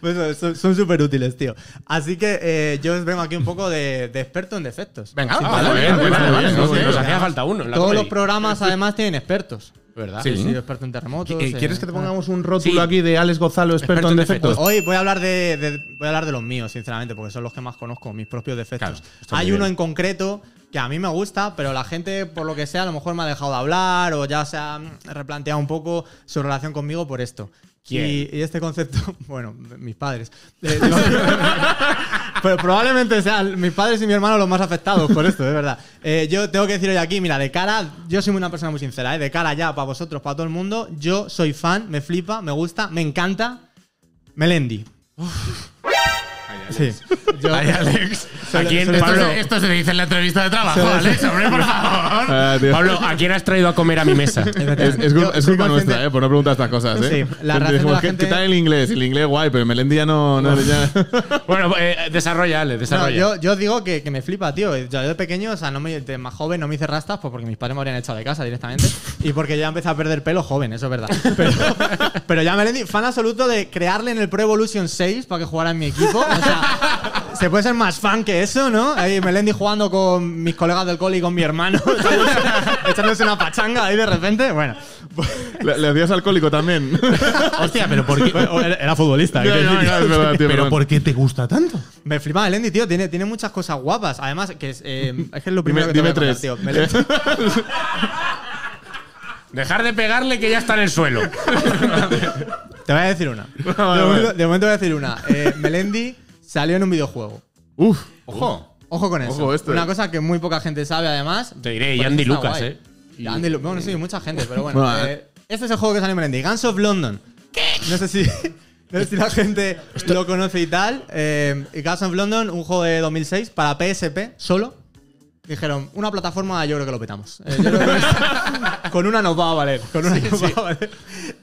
Pues eso, son- son súper útiles, tío. Así que eh, yo os vengo aquí un poco de, de experto en defectos. Venga, Sí, ah, vale, vale, vale, vale, vale, vale, vale, no, ok. que nos hacía falta uno. en la Todos los comedy. programas, además, tienen expertos. ¿Verdad? Sí, sí, experto en terremotos. Eh, eh, ¿Quieres que te ah. pongamos un rótulo Sí. aquí de Alex Gozalo, experto, Experto en en defectos? defectos. Hoy voy a hablar de, de- voy a hablar de los míos, sinceramente, porque son los que más conozco, mis propios defectos. Claro, está muy Hay bien. uno en concreto que a mí me gusta, pero la gente, por lo que sea, a lo mejor me ha dejado de hablar o ya se ha mm, replanteado un poco su relación conmigo por esto. ¿Quién? Y, y este concepto, bueno, mis padres. Eh, digo- pero probablemente sean mis padres y mi hermano los más afectados por esto, es verdad. Eh, yo tengo que decir hoy aquí, mira, de cara, yo soy una persona muy sincera, eh, de cara ya para vosotros, para todo el mundo, yo soy fan, me flipa, me gusta, me encanta Melendi. Sí. Yo- Ay, Alex. ¿A quién, Esto, Pablo, se, esto se dice en la entrevista de trabajo, Alex, hombre, por favor. Ah, tío. Pablo, ¿a quién has traído a comer a mi mesa? Es, es cul- Yo es soy culpa consciente- nuestra, eh, por no preguntar estas cosas, eh. Sí, la Siempre razón de dijimos, la "¿Qué- gente- ¿Qué tal el inglés? El inglés guay, pero Melendi ya no... no ya- bueno, eh, desarrolla, Ale, No, desarrolla. yo, yo digo que, que me flipa, tío. Yo de pequeño, o sea, no me, de más joven no me hice rastas pues porque mis padres me habrían echado de casa directamente y porque ya empecé a perder pelo joven, eso es verdad. Pero, pero ya Melendi, fan absoluto de crearle en el Pro Evolution 6 para que jugara en mi equipo. O sea, se puede ser más fan que eso, ¿no? Ahí Melendi jugando con mis colegas del cole y con mi hermano, echándose una pachanga ahí de repente. Bueno, le, le hacías alcohólico también. Hostia, pero ¿por qué, era futbolista. ¿qué No, no, no, es verdad, tío, pero perdón. ¿por qué te gusta tanto? Me flipa Melendi, tío. Tiene, tiene muchas cosas guapas. Además, que es, eh, es que es lo Dime, primero dime que te voy a tres. contar, tío. Melendi- Dejar de pegarle que ya está en el suelo. Te voy a decir una. vale, de, momento, vale. de momento voy a decir una. Eh, Melendi salió en un videojuego. Uf. Ojo. Ojo con eso. Ojo, este. esto. Una cosa que muy poca gente sabe, además. Te diré, y Porque Andy está Lucas, guay. ¿eh? Y Andy Lucas. Bueno, sí, mucha gente, pero bueno. Bueno, eh, este es el juego que salió en Melendi. Guns of London. No sé si, no sé si la gente lo conoce y tal. Eh, y Guns of London, un juego de 2006 para PSP, solo. Dijeron, una plataforma yo creo que lo petamos. Eh, yo creo que con- con una nos va a valer. Con una nos va a valer.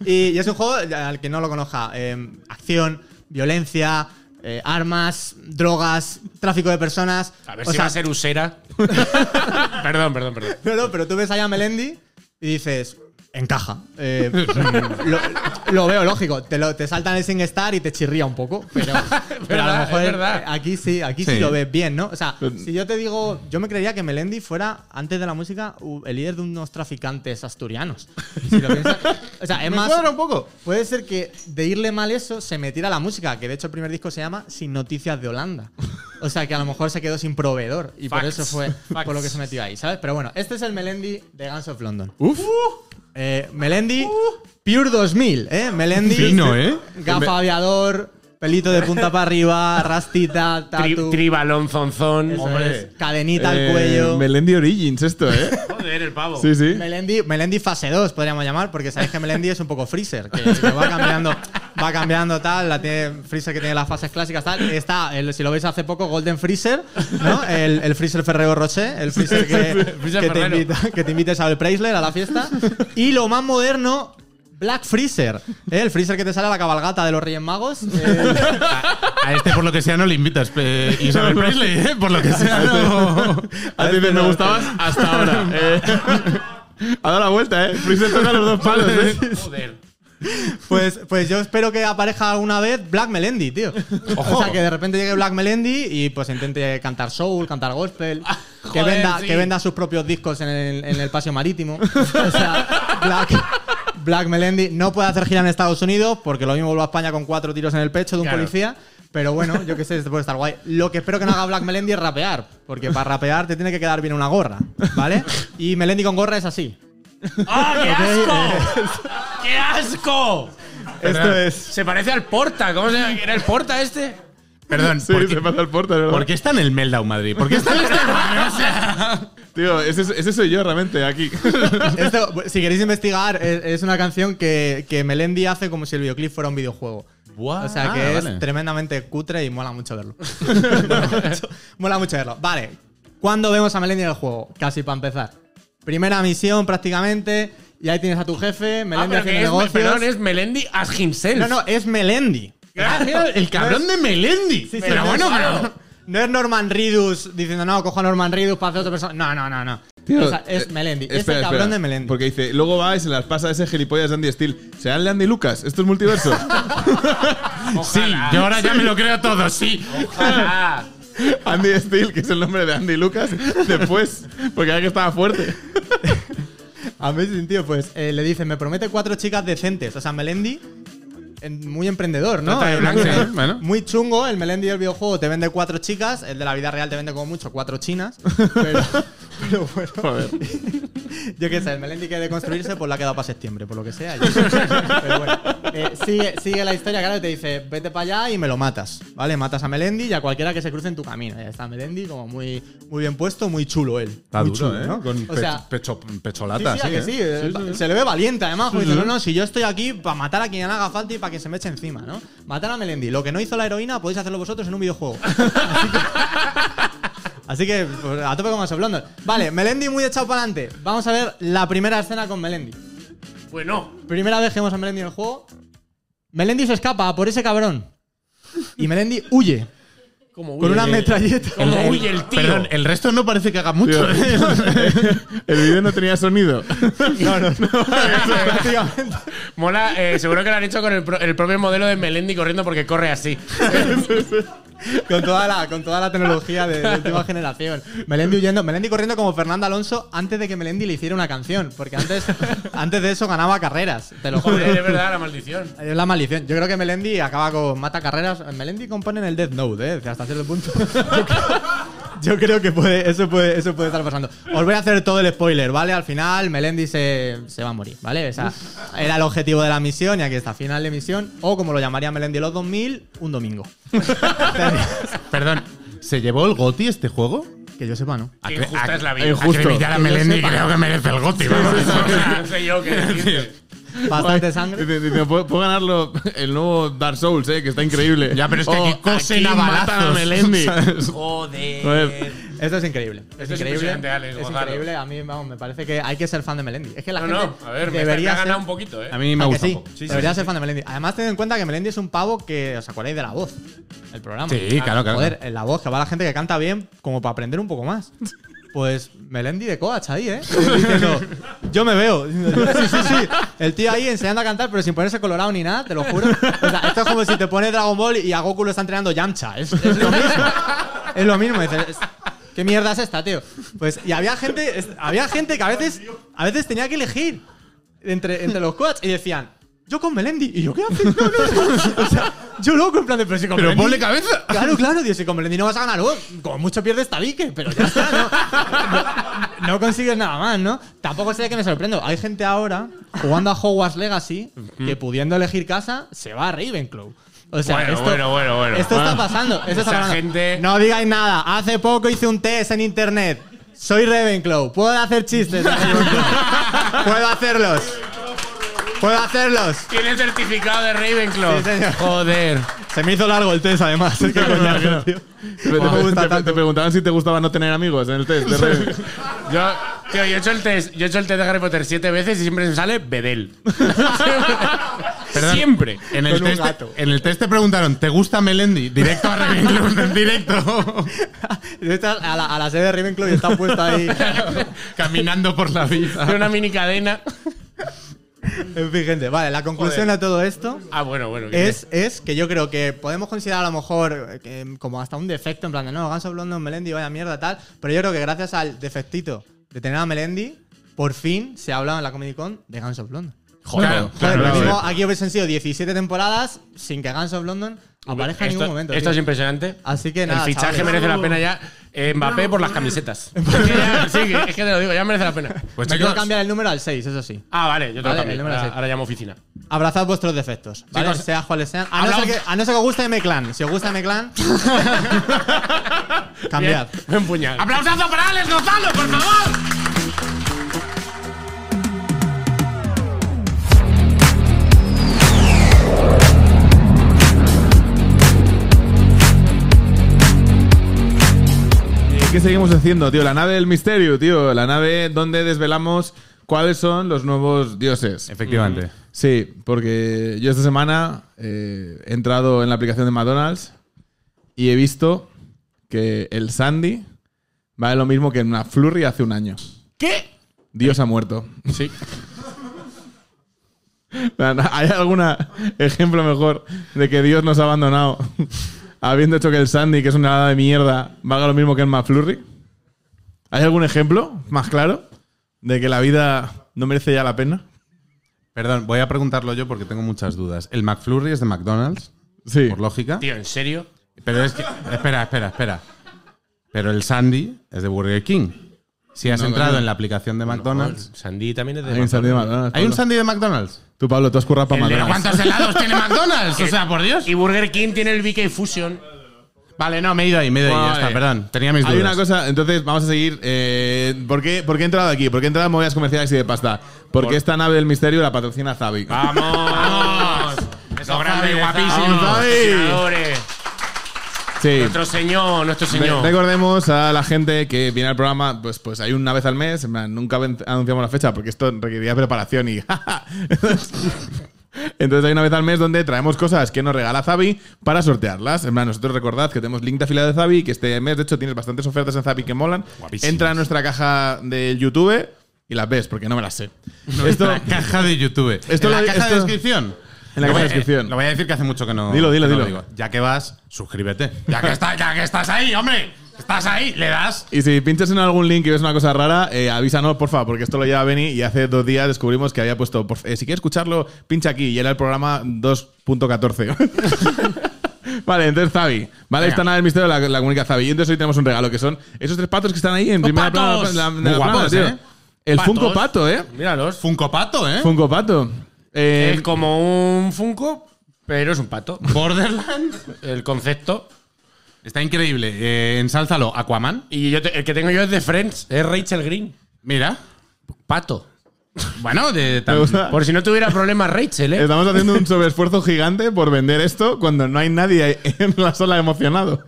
Y, y es un juego, al que no lo conozca, eh, acción, violencia, eh, armas, drogas, tráfico de personas. A ver O si sea, va a ser usera. perdón, perdón, perdón. no, no, pero tú ves allá a Melendi y dices, encaja. Eh, lo, lo veo lógico. Te, lo, te saltan el sin estar y te chirría un poco. Pero, pero verdad, a lo es mejor verdad. aquí sí, aquí sí. Sí. lo ves bien, ¿no? O sea, si yo te digo, yo me creía que Melendi fuera, antes de la música, u- el líder de unos traficantes asturianos. Si lo piensas. O sea, es más. cuadra un poco. Puede ser que de irle mal eso se metiera la música, que de hecho el primer disco se llama Sin Noticias de Holanda. O sea que a lo mejor se quedó sin proveedor y por Facts. eso fue por lo que se metió ahí, ¿sabes? Pero bueno, este es el Melendi de Guns of London. Uf. Eh, Melendi Pure 2000, ¿eh? Melendi. Fino, ¿eh? Gafa aviador, pelito de punta para arriba, rastita, Tri- tatu. tribalón, zonzón. eso es, cadenita al cuello. Eh, Melendi Origins, esto, ¿eh? Joder, el pavo. Sí, sí. Melendi, Melendi fase 2 podríamos llamar, porque sabéis que Melendi es un poco Freezer, que, que va cambiando, va cambiando tal, la tiene Freezer que tiene las fases clásicas tal, está, el- si lo veis hace poco, Golden Freezer, ¿no? El, el Freezer Ferrero Rocher, el Freezer que, Freezer que te, Ferrero. invita, que te invita Isabel Preisler a la fiesta, y lo más moderno, Black Freezer, ¿eh? el Freezer que te sale a la cabalgata de los Reyes Magos. eh, A este, por lo que sea, no le invitas. eh, Isabel Presley, ¿eh? por lo que sea, no. este este A este ti dices, me gustabas hasta ahora. Eh, ha dado la vuelta, ¿eh? Freezer toca los dos palos, ¿eh? Joder. Pues, pues yo espero que aparezca alguna vez Black Melendi, tío. O sea, que de repente llegue Black Melendi y pues intente cantar soul, cantar gospel, que, Ah, joder, venda, sí. que venda sus propios discos en el, en el paseo marítimo. O sea, Black, Black Melendi no puede hacer gira en Estados Unidos porque lo mismo vuelve a España con cuatro tiros en el pecho de un Claro. policía. Pero bueno, yo qué sé, este puede estar guay. Lo que espero que no haga Black Melendi es rapear, porque para rapear te tiene que quedar bien una gorra, ¿vale? Y Melendi con gorra es así. ¡Ah, qué asco! ¡Qué asco! Esto es. Se parece al Porta. ¿Cómo se llama? ¿Era el Porta este? Perdón, Sí, ¿por, se qué, pasa el porta, es ¿verdad? por qué está en el Meltdown Madrid? ¿Por qué está en este barrio? O sea, Tío, ese, ese soy yo realmente aquí. Esto, pues, si queréis investigar, es, es una canción que, que Melendi hace como si el videoclip fuera un videojuego. Buah, o sea que ah, es vale. tremendamente cutre y mola mucho verlo. mola, mucho, mola mucho verlo. Vale, ¿cuándo vemos a Melendi en el juego? Casi para empezar. Primera misión prácticamente. Y ahí tienes a tu jefe, Ah, Melendi pero que haciendo es, negocios. perdón, es Melendi as himself. No, no, es Melendi. Ah, mira, el cabrón de Melendi. Sí, sí, pero no bueno, es- pero. No es Norman Reedus diciendo, no, cojo a Norman Reedus para hacer otra persona. No, no, no, no. Tío, Esa- es eh, Melendi. es espera, el cabrón espera. de Melendi. Porque dice, luego va y se las pasa a ese gilipollas de Andy Steele. ¿Serán de Andy Lucas? ¿Esto es multiverso? Ojalá. Sí, yo ahora ya me lo creo todo, sí. Ojalá. Andy Steele, que es el nombre de Andy Lucas, después, Pues, porque era que estaba fuerte. A mí, sentido, pues eh, le dicen, me promete cuatro chicas decentes. O sea, Melendi, en- muy emprendedor, ¿no? Trata de En blancas, plan, ¿eh? Bueno. Muy chungo, el Melendi del videojuego te vende cuatro chicas, el de la vida real te vende como mucho cuatro chinas. Pero, pero bueno. Yo qué sé, el Melendi que de construirse, pues la ha quedado para septiembre, por lo que sea. Yo- pero bueno. Eh, sigue, sigue la historia, claro, y te dice, vete para allá y me lo matas. ¿Vale? Matas a Melendi y a cualquiera que se cruce en tu camino. Ya está Melendi como muy, muy bien puesto, muy chulo él. muy chulo, ¿eh? ¿no? o sea, pecho, Sí, pecholata, sí, a que sí, eh, Se le ve valiente, además. porque dice, no, no, si yo estoy aquí para matar a quien haga falta y para que se me eche encima, ¿no? Matar a Melendi. Lo que no hizo la heroína podéis hacerlo vosotros en un videojuego. Así que, pues, a tope con más Blondor. Vale, Melendi muy echado para adelante. Vamos a ver la primera escena con Melendi. Bueno. Primera vez que vemos a Melendi en el juego. Melendi se escapa por ese cabrón. Y Melendi huye. Como Con huye una de- metralleta. Como huye el tío. Perdón, el resto no parece que haga mucho. ¿eh? El vídeo no tenía sonido. No, no, no. Prácticamente. Mola, eh, seguro que lo han hecho con el, pro- el propio modelo de Melendi corriendo porque corre así. con toda la, con toda la tecnología de, de última generación. Melendi huyendo, Melendi corriendo como Fernando Alonso antes de que Melendi le hiciera una canción, porque antes, antes de eso ganaba carreras, te lo juro. Joder, es verdad, la maldición. Es la maldición. Yo creo que Melendi acaba con mata carreras. Melendi compone en el Death Note, ¿eh? Hasta cierto punto. Yo creo- Yo creo que puede, eso, puede, eso puede estar pasando. Os voy a hacer todo el spoiler, ¿vale? Al final, Melendi se, se va a morir, ¿vale? O sea, era el objetivo de la misión y aquí está, final de misión. O como lo llamaría Melendi los 2000, un domingo. Perdón, ¿se llevó el goti este juego? que yo sepa, ¿no. Qué Acre- injusta ac- eh, es la vida. Acreditar a Que yo Melendi sepa. creo que merece el goti. vamos. no sé yo qué decirte. Bastante sangre. Dice, dice, puedo, puedo ganarlo el nuevo Dark Souls, eh, que está increíble. Ya, pero es que aquí cosen aquí a balazos. matan a Melendi. Joder. Joder. Esto es increíble. Esto es impresionante, Alex, es gozalo. increíble. A mí, vamos, me parece que hay que ser fan de Melendi. Es que la No, gente no, a ver, me está- me debería ha ser, ganado un poquito, ¿eh? A mí me ¿A que gusta. sí? debería ser fan de Melendi. Además, tened en cuenta que Melendi es un pavo que os acordáis de la voz. El programa. Sí, claro, claro. Joder, en la voz que va la gente que canta bien, como para aprender un poco más. Pues Melendi de Coach ahí, ¿eh? Diciendo, yo me veo. Sí, sí, sí. El tío ahí enseñando a cantar, pero sin ponerse colorado ni nada, te lo juro. O sea, esto es como si te pones Dragon Ball y a Goku lo está entrenando Yamcha. Es, es lo mismo. Es lo mismo. Dices, es- ¿Qué mierda es esta, tío? Pues, y había gente, es- había gente que a veces, a veces tenía que elegir entre, entre los coaches y decían, yo con Melendi. Y yo, ¿qué haces? No, no, no. O sea, yo loco, en plan de, pero si con Pero Melendi- ponle cabeza. Claro, claro, tío, si con Melendi no vas a ganar, oh, como mucho pierdes tabique, pero ya está, ¿no? No, no consigues nada más, ¿no? Tampoco sé de qué me sorprendo. Hay gente ahora jugando a Hogwarts Legacy que pudiendo elegir casa se va a Ravenclaw. O sea, Bueno, esto, bueno, bueno, bueno. Ah. esto está Bueno. pasando. Esto Esa está pasando. gente- No digáis nada. Hace poco hice un test en internet. Soy Ravenclaw. Puedo hacer chistes. de Ravenclaw. Puedo hacerlos. Puedo hacerlos. Tiene certificado de Ravenclaw. Sí, señor. Joder. Se me hizo largo el test, además. Es que coñazo, tío. Te, te- No me gusta te- tanto. te preguntaban si te gustaba no tener amigos en el test. de repente. Yo, tío, yo he hecho el test, yo he hecho el test de Harry Potter siete veces y siempre me sale Bedel. Perdón. siempre. En el, Con un test, gato. en el test te preguntaron, ¿te gusta Melendi? Directo a Ravenclaw, en directo. Está a, la, a la sede de Ravenclaw y está puesta ahí. Caminando por la vida. Tiene una mini cadena. En fin, gente. Vale, la conclusión de todo esto Ah, bueno, bueno. ¿qué es, es que yo creo que podemos considerar a lo mejor eh, que, como hasta un defecto, en plan de no, Ganso Blondo, Melendi, vaya mierda, tal. Pero yo creo que gracias al defectito de tener a Melendi, por fin se ha hablado en la Comic Con de Ganso Blondo. Joder, Claro, Joder, lo claro. mismo aquí hubiesen sido 17 temporadas sin que Ganso London aparezca en Esto- ningún momento. Esto es tío. impresionante. Así que nada, El fichaje chavales. merece la pena ya. Eh, Mbappé por las camisetas. Es que ya- sí, que- es que te lo digo, ya merece la pena. Pues Me quiero chicos, cambiar el número al 6, eso sí. Ah, vale, yo te lo Vale, cambio. el número Ahora, es el- ahora llamo oficina. Abrazad vuestros defectos, ¿vale? Chicos, sean cuales sean. A no, ser hablamos- que, a no ser que os guste M-Clan. Si os gusta M-Clan, cambiad. Bien, Buen puñal. ¡Aplausazo para Alex Gonzalo, por favor! ¿Qué seguimos haciendo, tío? La nave del misterio, tío. La nave donde desvelamos ¿Cuáles son los nuevos dioses? Efectivamente. Sí, porque yo esta semana eh, he entrado en la aplicación de McDonald's y he visto que el Sandy vale lo mismo que una Flurry hace un año. ¿Qué? Dios ha muerto. Sí. ¿Hay algún ejemplo mejor de que Dios nos ha abandonado habiendo hecho que el Sandy, que es una helada de mierda, valga lo mismo que el McFlurry? ¿Hay algún ejemplo más claro de que la vida no merece ya la pena? Perdón, voy a preguntarlo yo porque tengo muchas dudas. ¿El McFlurry es de McDonald's? Sí. Por lógica. Tío, ¿en serio? Pero es que. Espera, espera, espera. Pero el Sandy es de Burger King. Si has No, entrado coño. en la aplicación de McDonald's. Sandy también es de Hay un Sandy de McDonald's. ¿Hay un Pablo. Sandy de McDonald's? Tú, Pablo, tú has currado para ¿Pero McDonald's. cuántos helados tiene McDonald's? O sea, por Dios. Y Burger King tiene el BK Fusion. Vale, no, me he ido ahí, me he ido ahí. Ya Vale. está, perdón. Tenía mis Hay dudas. una cosa, entonces vamos a seguir. eh, ¿por, qué, por qué he entrado aquí? ¿Por qué he entrado en movidas comerciales y de pasta? Porque esta nave del misterio la patrocina Zabi. Ah, ¡Vamos! Eso grande, guapísimo. Zabi. Patrocinadores. sí. Nuestro señor, nuestro Re- señor. Recordemos a la gente que viene al programa, pues, pues hay una vez al mes, en plan, nunca ven- anunciamos la fecha porque esto requería preparación y... Entonces hay una vez al mes donde traemos cosas que nos regala Zabi para sortearlas. En plan, nosotros recordad que tenemos link de afiliado de Zabi, que este mes de hecho tienes bastantes ofertas en Zabi que molan. Entra a nuestra caja de YouTube y las ves, porque no me las sé. Esto, La caja de YouTube. Esto ¿En lo- la caja esto- de descripción. En Lo la caja de voy a- descripción. Lo voy a decir que hace mucho que no. Dilo, dilo, que no dilo. lo digo. Ya que vas, suscríbete. Ya que, está- ya que estás ahí, hombre. Estás ahí, le das. y si pinchas en algún link y ves una cosa rara, eh, avísanos, porfa, porque esto lo lleva Benny y hace dos días descubrimos que había puesto, por- eh, si quieres escucharlo, pincha aquí y era el programa 2.14. Vale, entonces Zabi. Vale, está nada el misterio de la, la comunica Zabi. Y entonces hoy tenemos un regalo que son esos tres patos que están ahí en primera plana. patos! de la- de Muy la plana, guapos, tío. ¿eh? El Patos. Funko Pato, ¿eh? Míralos. Funko Pato, ¿eh? Funko Pato. Eh, Es como un Funko, pero es un pato. Borderlands. El concepto. Está increíble. Eh, ensálzalo. Aquaman. Y yo te- el que tengo yo es de Friends, es Rachel Green. Mira. Pato. Bueno, de me gusta. Por si no tuviera problemas Rachel, ¿eh? Estamos haciendo un sobreesfuerzo gigante por vender esto cuando no hay nadie en la sala emocionado.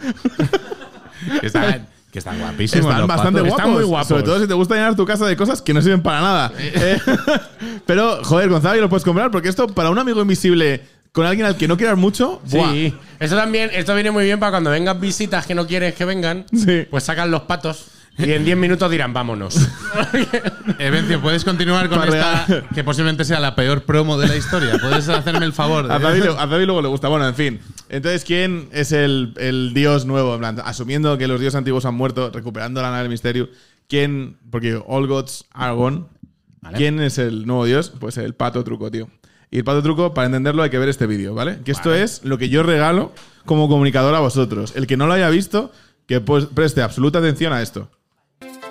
que están, que están guapísimos. Están los bastante patos. guapos. Están muy guapos. Sobre todo si te gusta llenar tu casa de cosas que no sirven para nada. Eh, pero, joder, Gonzalo, y lo puedes comprar porque esto para un amigo invisible con alguien al que no quieras mucho. buah. Sí. Eso también, esto viene muy bien para cuando vengan visitas que no quieres que vengan, Sí. pues sacan los patos y en 10 minutos dirán, vámonos. Eh, Bencio, puedes continuar con Para esta, que posiblemente sea la peor promo de la historia. Puedes hacerme el favor. de- A David, le- a David luego le gusta. Bueno, en fin. Entonces, ¿quién es el, el dios nuevo? En plan, asumiendo que los dioses antiguos han muerto, recuperando la nave del misterio, ¿quién? Porque all gods are gone. ¿Quién es el nuevo dios? Pues el pato truco, tío. Y el pato truco, para entenderlo, hay que ver este vídeo, ¿vale? Que esto es lo que yo regalo como comunicador a vosotros. El que no lo haya visto, que pues, preste absoluta atención a esto.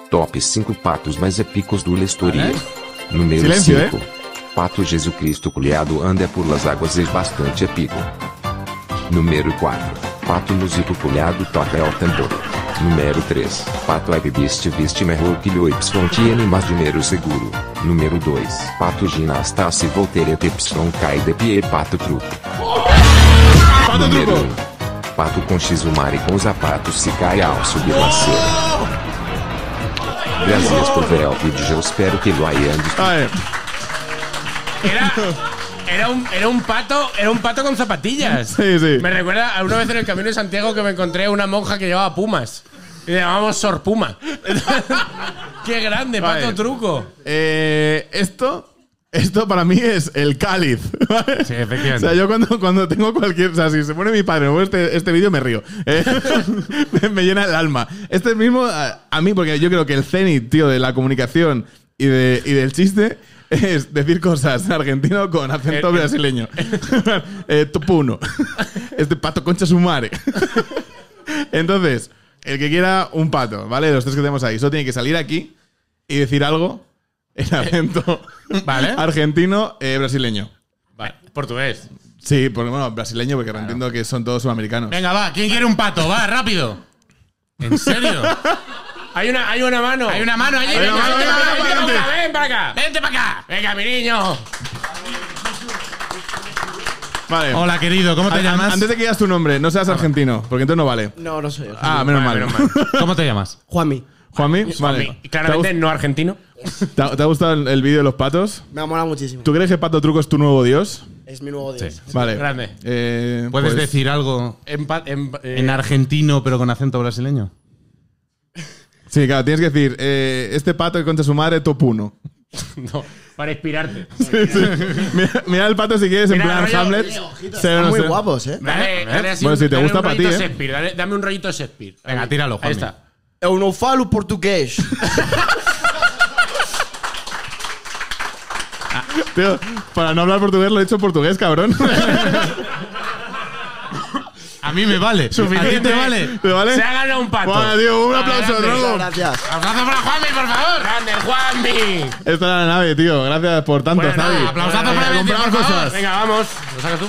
Top 5 patos mais épicos do Lestoria. Número Silêncio, 5. Pato Jesus Cristo colhado anda por las águas e é bastante épico. Número 4. Pato músico colhado toca ao tambor. Número 3. Pato agibiste viste melhor que o Y mas dinheiro seguro. Número 2. Pato ginasta se volteira Y cai de pie pato truco. ¡Pato Número truco! 1. Pato com Xumari com sapatos se cai ao subir a cera. Gracias por ver el vídeo, eu espero que lo hayan disfrutado. A ver, Era, era, un, era un pato, era un pato con zapatillas. Sí, sí. Me recuerda a una vez en el camino de Santiago que me encontré una monja que llevaba pumas. Y le llamábamos Sor Puma. Qué grande, pato Vale. truco. eh, esto. Esto para mí es el cáliz. ¿vale? Sí, efectivamente. O sea, yo cuando, cuando tengo cualquier. O sea, si se pone mi padre, me pone este, este vídeo, me río. Eh, me, me llena el alma. Este mismo, a, a mí, porque yo creo que el cenit, tío, de la comunicación y, de, y del chiste es decir cosas en argentino con acento brasileño. eh, top uno. Este pato concha su madre. Entonces, el que quiera un pato, ¿vale? Los tres que tenemos ahí, solo tiene que salir aquí y decir algo en acento vale. argentino eh, brasileño. Vale, portugués. Sí, porque bueno, brasileño, porque entiendo que son todos sudamericanos. Venga, va. ¿Quién quiere un pato? Va, rápido. ¿En serio? Hay una, hay una mano. Hay una mano allí. Hay una venga, mano, vente para ven acá, para acá, vente para acá. ven para acá. Vente para acá. Venga, mi niño. Vale. Hola, querido. ¿Cómo te An- llamas? Antes de que digas tu nombre, no seas argentino, porque entonces no vale. No, no soy yo. Ah, menos mal. ¿Cómo te llamas? Juanmi. Juanmi, vale. Claramente ¿Te ha no argentino. gust- ¿Te ha, te ha gustado el, el vídeo de los patos? Me ha molado muchísimo. ¿Tú crees que Pato Truco es tu nuevo dios? Es mi nuevo dios. Vale. Grande. Eh, ¿Puedes pues, decir algo En pa- en- eh, en argentino pero con acento brasileño? Sí, claro, tienes que decir, eh, este pato que contra su madre, top uno. no, para inspirarte. mira, mira el pato si quieres, en plan Mira, rollo, Hamlet. eh, Se- Están muy se- guapos, ¿eh? Dale, dale así Bueno, un- si te dale un gusta pa' ti, rollito ¿eh? Shakespeare, dale- dame un rollito Shakespeare. Venga, tíralo, Juanmi. Ahí está. Eu não falo português. Tío, para no hablar portugués lo he dicho en portugués, cabrón. A mí me vale. A ti te vale. ¿Te vale? Se ha ganado un pato. Bueno, tío, un aplauso, Grande. Drogo. Muchas gracias. ¡Aplauso para Juanmi, por favor! ¡Grande, Juanmi! Esta era la nave, tío. Gracias por tanto, Bueno, nada, Xavi. aplausazo para Eh, Vinci, comprar por favor. cosas. Venga, vamos. ¿Lo sacas tú?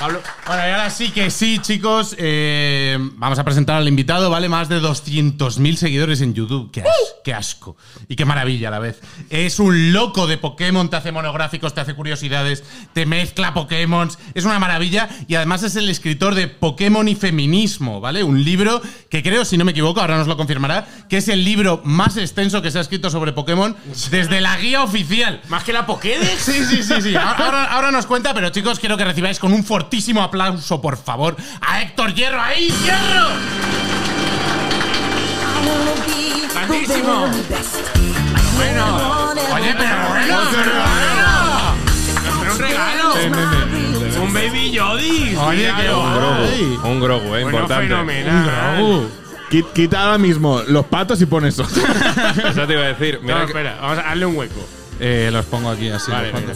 Pablo. Bueno, y ahora sí que sí, chicos. eh, vamos a presentar al invitado, ¿vale? Más de 200.000 seguidores en YouTube. Qué, as- qué asco. Y qué maravilla a la vez. Es un loco de Pokémon, te hace monográficos, te hace curiosidades, te mezcla Pokémon. Es una maravilla. Y además es el escritor de Pokémon y Feminismo, ¿vale? Un libro que creo, si no me equivoco, ahora nos lo confirmará, que es el libro más extenso que se ha escrito sobre Pokémon desde la guía oficial. ¿Más que la Pokédex? Sí, sí, sí, sí. Ahora, ahora- ahora nos cuenta, pero chicos, quiero que recibáis con un fortísimo aplauso, por favor, a Héctor Hierro. ¡Ahí, Hierro! ¡Grandísimo! Bueno. Oye, pero bueno. pero bueno. Pero un regalo. Un baby Yodis. Oye, qué Grogu. Un Grogu, eh, Bueno, importante. fenomenal. Qui- Quita ahora mismo los patos y pon eso. Eso te iba a decir. No, Mira que- espera, vamos a darle un hueco. Eh, los pongo aquí así. Vale, los pongo.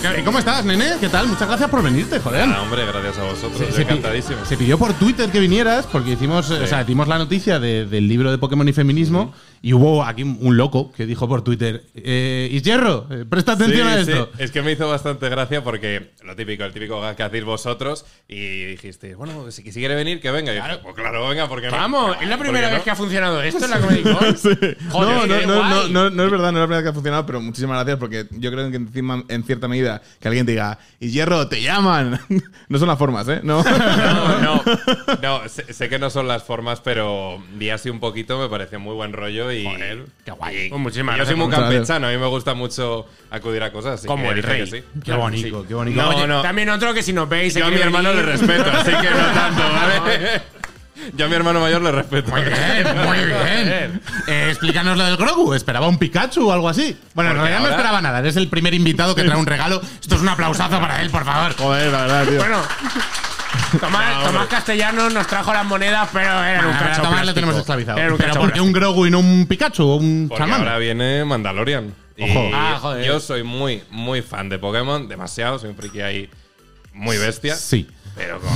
¿Qué- ¿Cómo estás, nene? ¿Qué tal? Muchas gracias por venirte, joder. Ah, hombre, gracias a vosotros. Se- yo se pi- encantadísimo. Se pidió por Twitter que vinieras porque hicimos, o sea, dimos la noticia de- del libro de Pokémon y feminismo y hubo aquí un un loco que dijo por Twitter, eh, Hierro, eh, presta atención Sí, a sí. esto. Es que me hizo bastante gracia porque lo típico, el típico gag que hacéis vosotros y dijiste, bueno, si, si quiere venir, que venga. Y yo, pues claro, venga, porque no. Vamos, es la ¿Por primera qué no? vez que ha funcionado esto en la Comedy Con. no, Joder, no, qué no, no, guay. no, no es verdad, no es la primera vez que ha funcionado, pero muchísimas gracias porque yo creo que encima, en cierta medida que alguien te diga, y hierro, te llaman. no son las formas, ¿eh? No. No, no, no sé, sé que no son las formas, pero vi así un poquito, me pareció muy buen rollo y. qué guay. y- Pues muchísimas y yo gracias soy muy por- campechano, a mí me gusta mucho acudir a cosas. así Como que el dije que rey. sí. Qué bonito, Sí. qué bonito. No, Oye, no. También otro que si nos veis. Yo a mi hermano le respeto, así que no tanto, ¿vale? Yo a mi hermano mayor le respeto. Muy bien, muy bien. Eh, explícanos lo del Grogu. Esperaba un Pikachu o algo así. Bueno, en Porque realidad no ahora- esperaba nada. Eres el primer invitado que trae un regalo. Esto es un aplausazo para él, por favor. Joder, la verdad, tío. Bueno, Tomás, No, Tomás Castellano nos trajo las monedas, pero era un Ahora cacho. a Tomás plástico. le tenemos esclavizado. Era un Pero cacho ¿por qué un Grogu y no un Pikachu o un Porque chamán? ahora viene Mandalorian. Y Ojo. Ah, joder. Yo soy muy, muy fan de Pokémon, demasiado, soy un friki ahí muy bestia. Sí. Pero con,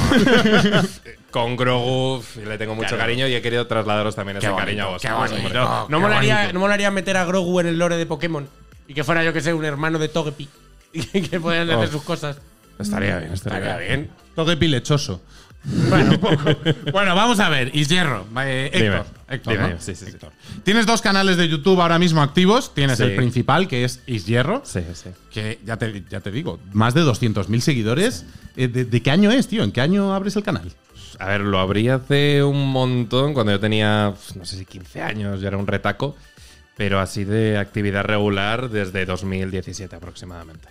con Grogu f, le tengo mucho cariño y he querido trasladaros también ese cariño a Qué vosotros. bonito. hombre. No, molaría, no molaría meter a Grogu en el lore de Pokémon y que fuera, yo que sé, un hermano de Togepi y que podían Oh. hacer sus cosas. Estaría bien, estaría Estaría bien. Togepi lechoso. Bueno, un poco. bueno, vamos a ver. Y Hierro. eh, Héctor. Dime. Héctor, Dime, ¿no? sí, sí, sí. Tienes dos canales de YouTube ahora mismo activos. Tienes Sí. el principal, que es Isierro, Sí, sí. que ya te, ya te digo, más de 200.000 seguidores. Eh, ¿De, de qué año es, tío? ¿En qué año abres el canal? A ver, lo abrí hace un montón, cuando yo tenía, pues, no sé si 15 años, ya era un retaco, pero así de actividad regular desde 2017 aproximadamente.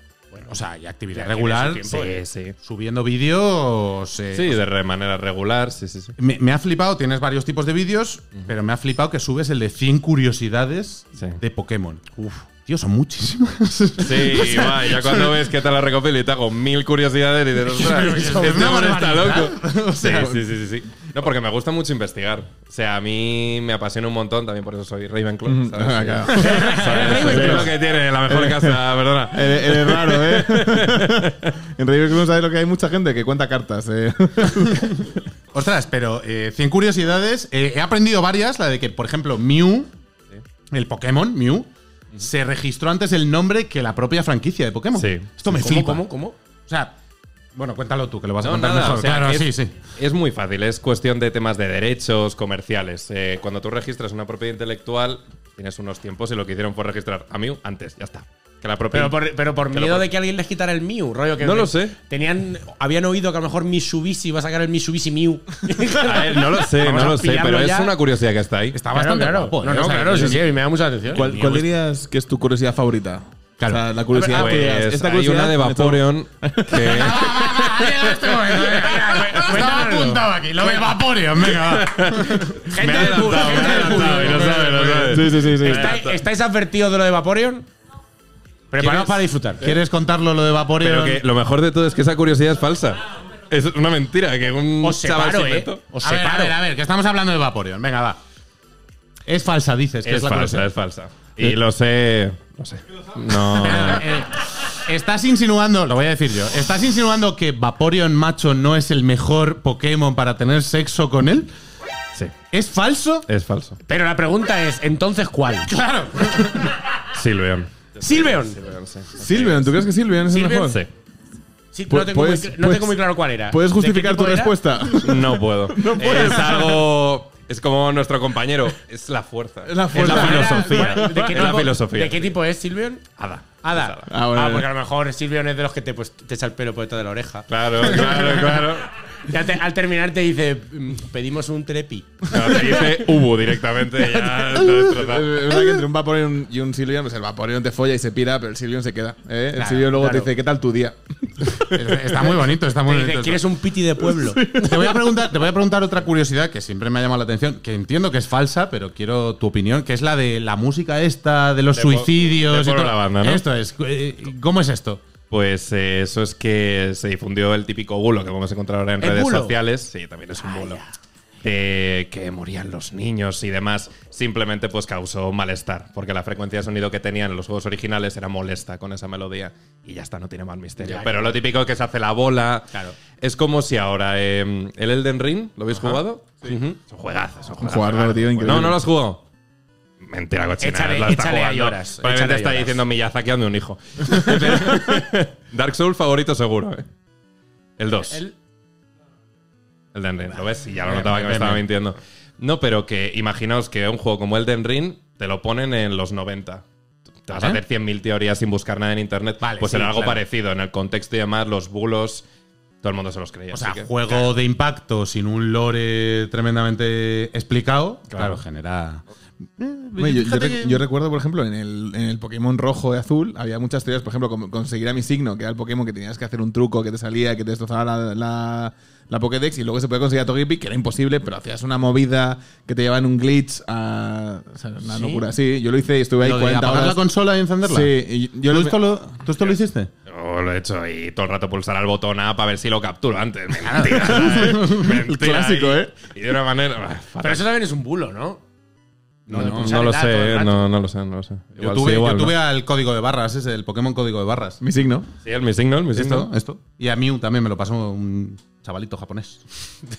O sea, y actividad tiene regular, su tiempo, sí, ¿eh? Sí. subiendo vídeos. eh, Sí, de re- manera regular, sí, sí, sí. Me, me ha flipado, tienes varios tipos de vídeos, pero me ha flipado que subes el de 100 curiosidades Sí. de Pokémon. Uf, tío, son muchísimas. Sí, va, ya cuando ves que te la recopilo y te hago mil curiosidades y dices, Pero ostras, es este una hombre está barbaridad. loco. O Sí, sea, sí, sí, sí, sí. No, porque me gusta mucho investigar. O sea, a mí me apasiona un montón, también por eso soy Ravenclaw. ¿sabes? Ah, claro. Sí. ¿Sabes? Eso Es lo que tiene la mejor casa, perdona. Eres, eres raro, ¿eh? en Ravenclaw sabes lo que hay mucha gente que cuenta cartas. eh. Ostras, pero eh, 100 curiosidades. eh, he aprendido varias, la de que, por ejemplo, Mew, el Pokémon, Mew, se registró antes el nombre que la propia franquicia de Pokémon. Sí. Esto me flipa. ¿Cómo, cómo, O sea, bueno, cuéntalo tú, que lo vas a No, contar nada, mejor. o sea, claro, es, sí, sí. es muy fácil, es cuestión de temas de derechos comerciales. Eh, cuando tú registras una propiedad intelectual, tienes unos tiempos y lo que hicieron fue registrar a Mew antes, ya está. Que la propia. Pero por, pero por Que lo miedo pro- de que alguien les quitara el Miu, rollo que No lo sé. Tenían, habían oído que a lo mejor Mitsubishi iba a sacar el Mitsubishi Miu. A ver, no lo sé, Vamos no a lo sé, pillarlo pero ya. es una curiosidad que está ahí. Está bastante claro. guapo, ¿eh? No, no, O sea, claro, que- sí, sí, me da mucha atención. ¿Cuál, cuál dirías que es tu curiosidad favorita? pues. Claro. Ah, la curiosidad Pues, que digas, esta hay curiosidad una de me to- Vaporeon que. Ah, Ha llegado este momento, venga, venga, cu- Estaba Cuéntanoslo. apuntado aquí, lo de Vaporeon, venga. va. Gente del adelantado, público, me gente ha adelantado, del público. y lo sabe, lo sabe. Sí, sí, sí. sí. ¿Estáis, estáis advertidos de lo de Vaporeon? Preparados para disfrutar. ¿Quieres contarlo lo de Pero Vaporeon? que lo mejor de todo es que esa curiosidad es falsa. Es una mentira que un Os chaval separo, se ¿eh? inventó. Os a ver, a separo. ver, a ver, que estamos hablando de Vaporeon, venga, va. Es falsa, dices, que es, Es la falsa, curiosidad. es falsa. Y lo sé. No sé. No. Eh, Estás insinuando, lo voy a decir yo, ¿estás insinuando que Vaporeon macho no es el mejor Pokémon para tener sexo con él? Sí, ¿Es falso? es falso. Pero la pregunta es, ¿entonces cuál? Claro. Silveon. Silveon. Silvian, ¿tú crees que Silvian es el Silvian, mejor? Sí. Sí, Pu- no tengo, muy, puedes- cl- no puedes- tengo muy claro cuál era. ¿Puedes ¿De qué justificar tu tipo era? respuesta? No puedo. Es algo. Es como nuestro compañero. Es la fuerza. Es la Es fuerza. la ¿Cuál era? filosofía. ¿Cuál- de qué Es la tipo- filosofía. ¿De qué tipo es Silveon? Hada. Hada. Ah, bueno, Ah, bueno. porque a lo mejor Silveon es de los que te, pues, te echa el pelo por detrás de la oreja. Claro, claro, claro. Ya te- al terminar te dice, "Mm, pedimos un trepi. Claro, te dice Ubu directamente. Ya está destrozado. Es verdad que entre un Vaporeon y un Silvian, pues el Vaporeon te folla y se pira, pero el Silvian se queda. ¿eh? el Silvian luego claro. te dice, ¿qué tal tu día? Está muy bonito, está muy Te bonito. dice, esto. ¿quieres un piti de pueblo? Te voy, a preguntar, te voy a preguntar otra curiosidad que siempre me ha llamado la atención, que entiendo que es falsa, pero quiero tu opinión, que es la de la música esta, de los De po- suicidios. de y Polo todo. la Banda, ¿no? Esto es. eh, ¿Cómo es esto? Pues eh, eso es que se difundió el típico bulo que podemos encontrar ahora en ¿El redes bulo? Ah, sociales. Sí, también es un bulo. Eh, que morían los niños y demás. Simplemente pues causó malestar. Porque la frecuencia de sonido que tenían en los juegos originales era molesta con esa melodía. Y ya está, no tiene más misterio. Pero lo típico que se hace la bola. Claro. Es como si ahora eh, el Elden Ring, ¿lo habéis jugado? Sí. Son juegazos, son juegazos. Jugarlo, tío, increíble. No, no lo has jugado. Mentira, cochina. Échale- la está échale a jugando. lloras, échale Probablemente a está lloras. diciendo Miyazaki ande un hijo. Dark Souls favorito seguro, ¿eh? El 2. El, Elden Ring, ¿lo ves? Y ya lo notaba que me estaba mintiendo. No, pero que imaginaos que un juego como Elden Ring te lo ponen en los 90. Te vas a hacer 100.000 teorías sin buscar nada en internet. pues sí, era algo claro. parecido. En el contexto y demás, los bulos, todo el mundo se los O creía. así sea, que- juego de impacto sin un lore tremendamente explicado. Claro, Claro. genera. Hombre, yo, yo rec- yo recuerdo, por ejemplo, en el, en el Pokémon rojo y azul había muchas teorías, por ejemplo, con- conseguir a mi signo, que era el Pokémon que tenías que hacer un truco que te salía, que te destrozaba la, la, la Pokédex, y luego se podía conseguir a Togepi, que era imposible, pero hacías una movida que te llevaban un glitch a. O sea, una locura. Sí, yo lo hice y estuve ahí ¿Lo de 40 apagar horas. la consola y encenderla? Sí, y yo ¿Tú lo, esto lo, ¿Tú esto lo hiciste? Oh, lo he hecho y todo el rato pulsar al botón A para ver si lo capturo antes. Mentira, ¿sabes? Mentira. clásico, Y- ¿eh? Y de una manera. ah, Pero eso también es un bulo, ¿no? No, no, pulsar lo el A todo el sé, eh, rato. no, no lo sé, no lo sé. Yo Igual tuve, sí, igual yo no. tuve al código de barras, ese, el Pokémon código de barras. mi signo. Sí, el mi signo, el mi Esto, signo. esto. Y a Mew también me lo pasó un chavalito japonés.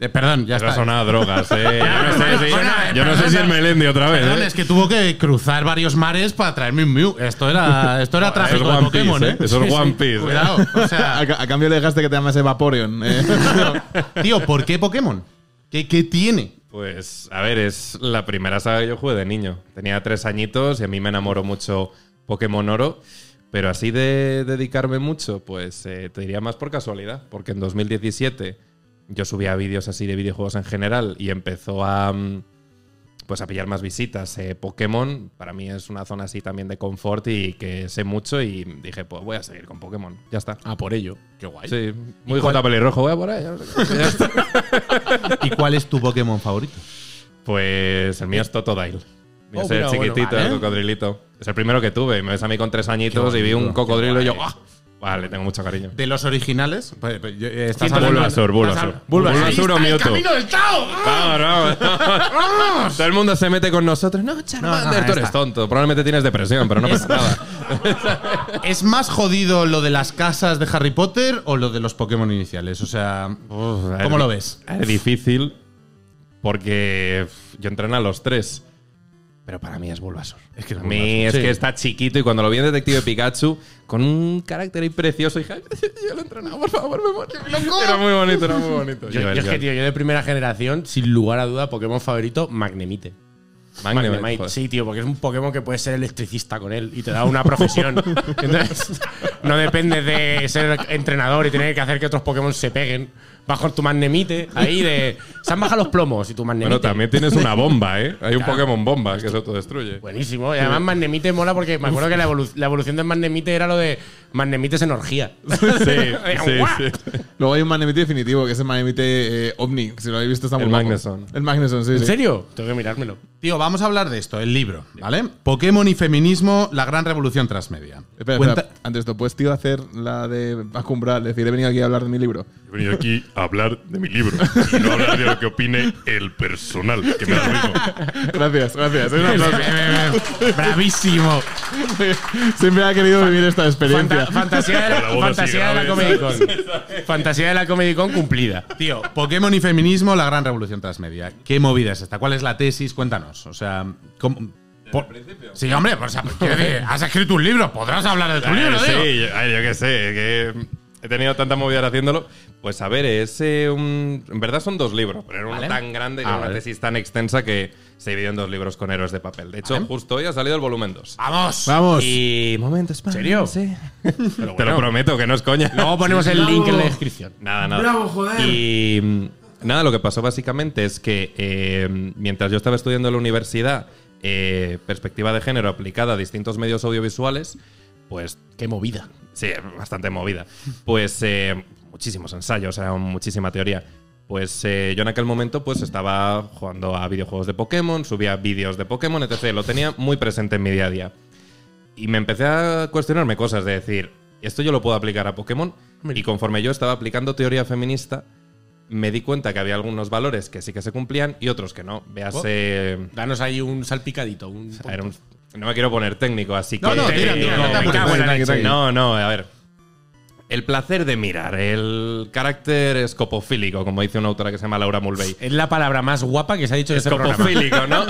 Eh, perdón, ya Pero está. son a drogas, eh. Yo no sé si, Suena- yo no sé si el Melendi otra vez, Perdón, eh. es que tuvo que cruzar varios mares para traerme un Mew. Esto era, esto era Joder, eso es tráfico de One Piece, Pokémon, ¿eh? eh. Eso es Sí, sí. One Piece, eh. Cuidado. O sea, A, ca- a cambio le dejaste que te llamas Evaporeon. eh. tío, ¿por qué Pokémon? ¿Qué, qué tiene? Pues, a ver, es la primera saga que yo jugué de niño. Tenía tres añitos y a mí me enamoró mucho Pokémon Oro. Pero así de dedicarme mucho, pues eh, te diría más por casualidad. Porque en 2017 yo subía vídeos así de videojuegos en general y empezó a. mm, Pues a pillar más visitas. Eh, Pokémon para mí es una zona así también de confort y que sé mucho. Y dije, pues voy a seguir con Pokémon. Ya está. Ah, por ello. Qué guay. Sí, muy J pelirrojo, voy a por ahí. ya no sé qué. Ya está. ¿Y cuál es tu Pokémon favorito? Pues el mío es Totodile. Oh, Ese mira, bueno, chiquitito, vale. el cocodrilito. Es el primero que tuve. Y me ves a mí con tres añitos y vi un cocodrilo y yo, ¡ah! Vale, tengo mucho cariño. De los originales. pues, pues, yo- eh, estás hablando- Bulbasur, Bulbasur. Bulbasur o Mewtwo. Vamos, vamos, Ah. vamos. Todo el mundo se mete con nosotros. No, Charmander, No, no, tú eres está. tonto. Probablemente tienes depresión, pero no pasa nada. ¿Es más jodido lo de las casas de Harry Potter o lo de los Pokémon iniciales? O sea, ¿cómo lo ves? Es difícil porque pf, yo entreno a los tres. Pero para mí es Bulbasaur. Es que a mí es que está chiquito y cuando lo vi en Detective Pikachu, con un carácter ahí precioso, dije, yo lo he entrenado, por favor, me muero". Era muy bonito, era muy bonito. Yo, yo es que, tío, yo de primera generación, sin lugar a duda, Pokémon favorito, Magnemite. Magnemite, Magnemite, joder. sí, tío, porque es un Pokémon que puedes ser electricista con él y te da una profesión. Entonces, no dependes de ser entrenador y tener que hacer que otros Pokémon se peguen. Vas con tu magnemite ahí de. Se han bajado los plomos y tu magnemite. Bueno, también tienes una bomba, ¿eh? Hay un Claro. Pokémon bomba que se autodestruye. Pues, Buenísimo. Y además Magnemite mola porque me acuerdo que la, evolu- la evolución del Magnemite era lo de Magnemite es energía. sí, ¡Guau! sí. Luego hay un Magnemite definitivo, que es el Magnemite eh, Omni. que Si lo habéis visto, está muy El guapo. Magneson. El Magneson, sí. ¿En sí. serio? Tengo que mirármelo. Tío, vamos a hablar de esto, el libro, ¿vale? Pokémon y feminismo, la gran revolución transmedia. Espera, espera, Cuenta- antes de esto, ¿puedes, tío, hacer la de Vasco Umbral? Decir, he venido aquí a hablar de mi libro. He venido aquí a hablar de mi libro y no hablar de lo que opine el personal, que me da lo mismo. Gracias, gracias. Es un aplauso. Bravísimo. Siempre ha querido vivir esta Fanta- experiencia. fantasía de la, La boda fantasía de la sigue Comedy grave, Con. fantasía de la Comedy Con cumplida. Tío, Pokémon y feminismo, la gran revolución transmedia. ¿Qué movida es esta? ¿Cuál es la tesis? Cuéntanos. O sea, ¿cómo- por- Sí, hombre, pues, quiero decir, has escrito un libro, podrás hablar de tu Ah, libro, sí, digo. yo, ay, yo qué sé, que he tenido tanta movida haciéndolo. Pues a ver, es eh, un- en verdad son dos libros, pero era uno Vale. tan grande y Ah, era una vale. tesis tan extensa que se dividió en dos libros con héroes de papel. De hecho, justo hoy ha salido el volumen 2. Vamos. Vamos. Y momento, ¿En serio? Te lo prometo que no es coña. Luego ponemos el Bravo. link en la descripción. Nada, nada. Bravo, joder. Y mm, nada, lo que pasó básicamente es que eh, mientras yo estaba estudiando en la universidad eh, perspectiva de género aplicada a distintos medios audiovisuales, pues Qué movida. sí, bastante movida. Pues eh, muchísimos ensayos, era muchísima teoría. Pues eh, yo en aquel momento pues estaba jugando a videojuegos de Pokémon, subía vídeos de Pokémon, etc. Lo tenía muy presente en mi día a día. Y me empecé a cuestionarme cosas, de decir, esto yo lo puedo aplicar a Pokémon. Y conforme yo estaba aplicando teoría feminista, me di cuenta que había algunos valores que sí que se cumplían y otros que no. Véase... Danos ahí un salpicadito. Un A ver, un- no me quiero poner técnico, así No, que. no, tira, tira, no te apures. Me cago en la Tranqui, leche. tranqui. no, no, a ver. El placer de mirar, el carácter escopofílico, como dice una autora que se llama Laura Mulvey. es la palabra más guapa que se ha dicho en este programa. Escopofílico, ¿no?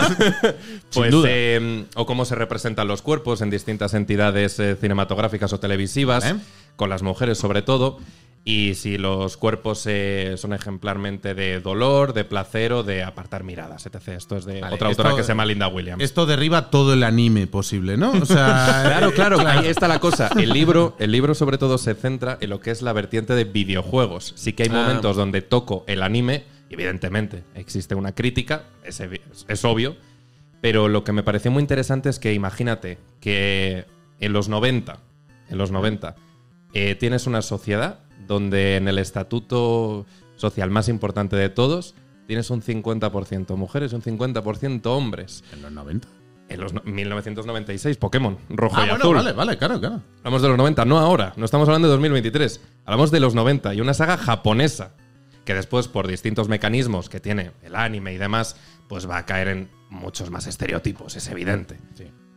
pues, duda. eh, o cómo se representan los cuerpos en distintas entidades eh, cinematográficas o televisivas, Vale. con las mujeres sobre todo. Y si los cuerpos eh, son ejemplarmente de dolor, de placer o de apartar miradas, etc. Esto es de Vale, otra autora esto- que se llama Linda Williams. Esto derriba todo el anime posible, ¿no? O sea, Claro, claro, ahí está la cosa. El libro, el libro sobre todo se centra en lo que es la vertiente de videojuegos. Sí que hay momentos donde toco el anime, y evidentemente, existe una crítica, es, evi- es obvio, pero lo que me pareció muy interesante es que imagínate que en los 90, en los 90, eh, tienes una sociedad donde en el estatuto social más importante de todos tienes un 50% mujeres y un 50% hombres. En los 90. En los no- 1996, Pokémon, rojo Ah, y bueno, azul. vale, vale, claro, claro. Hablamos de los 90, no ahora, no estamos hablando de 2023, hablamos de los 90 y una saga japonesa que después por distintos mecanismos que tiene el anime y demás, pues va a caer en muchos más estereotipos, es evidente.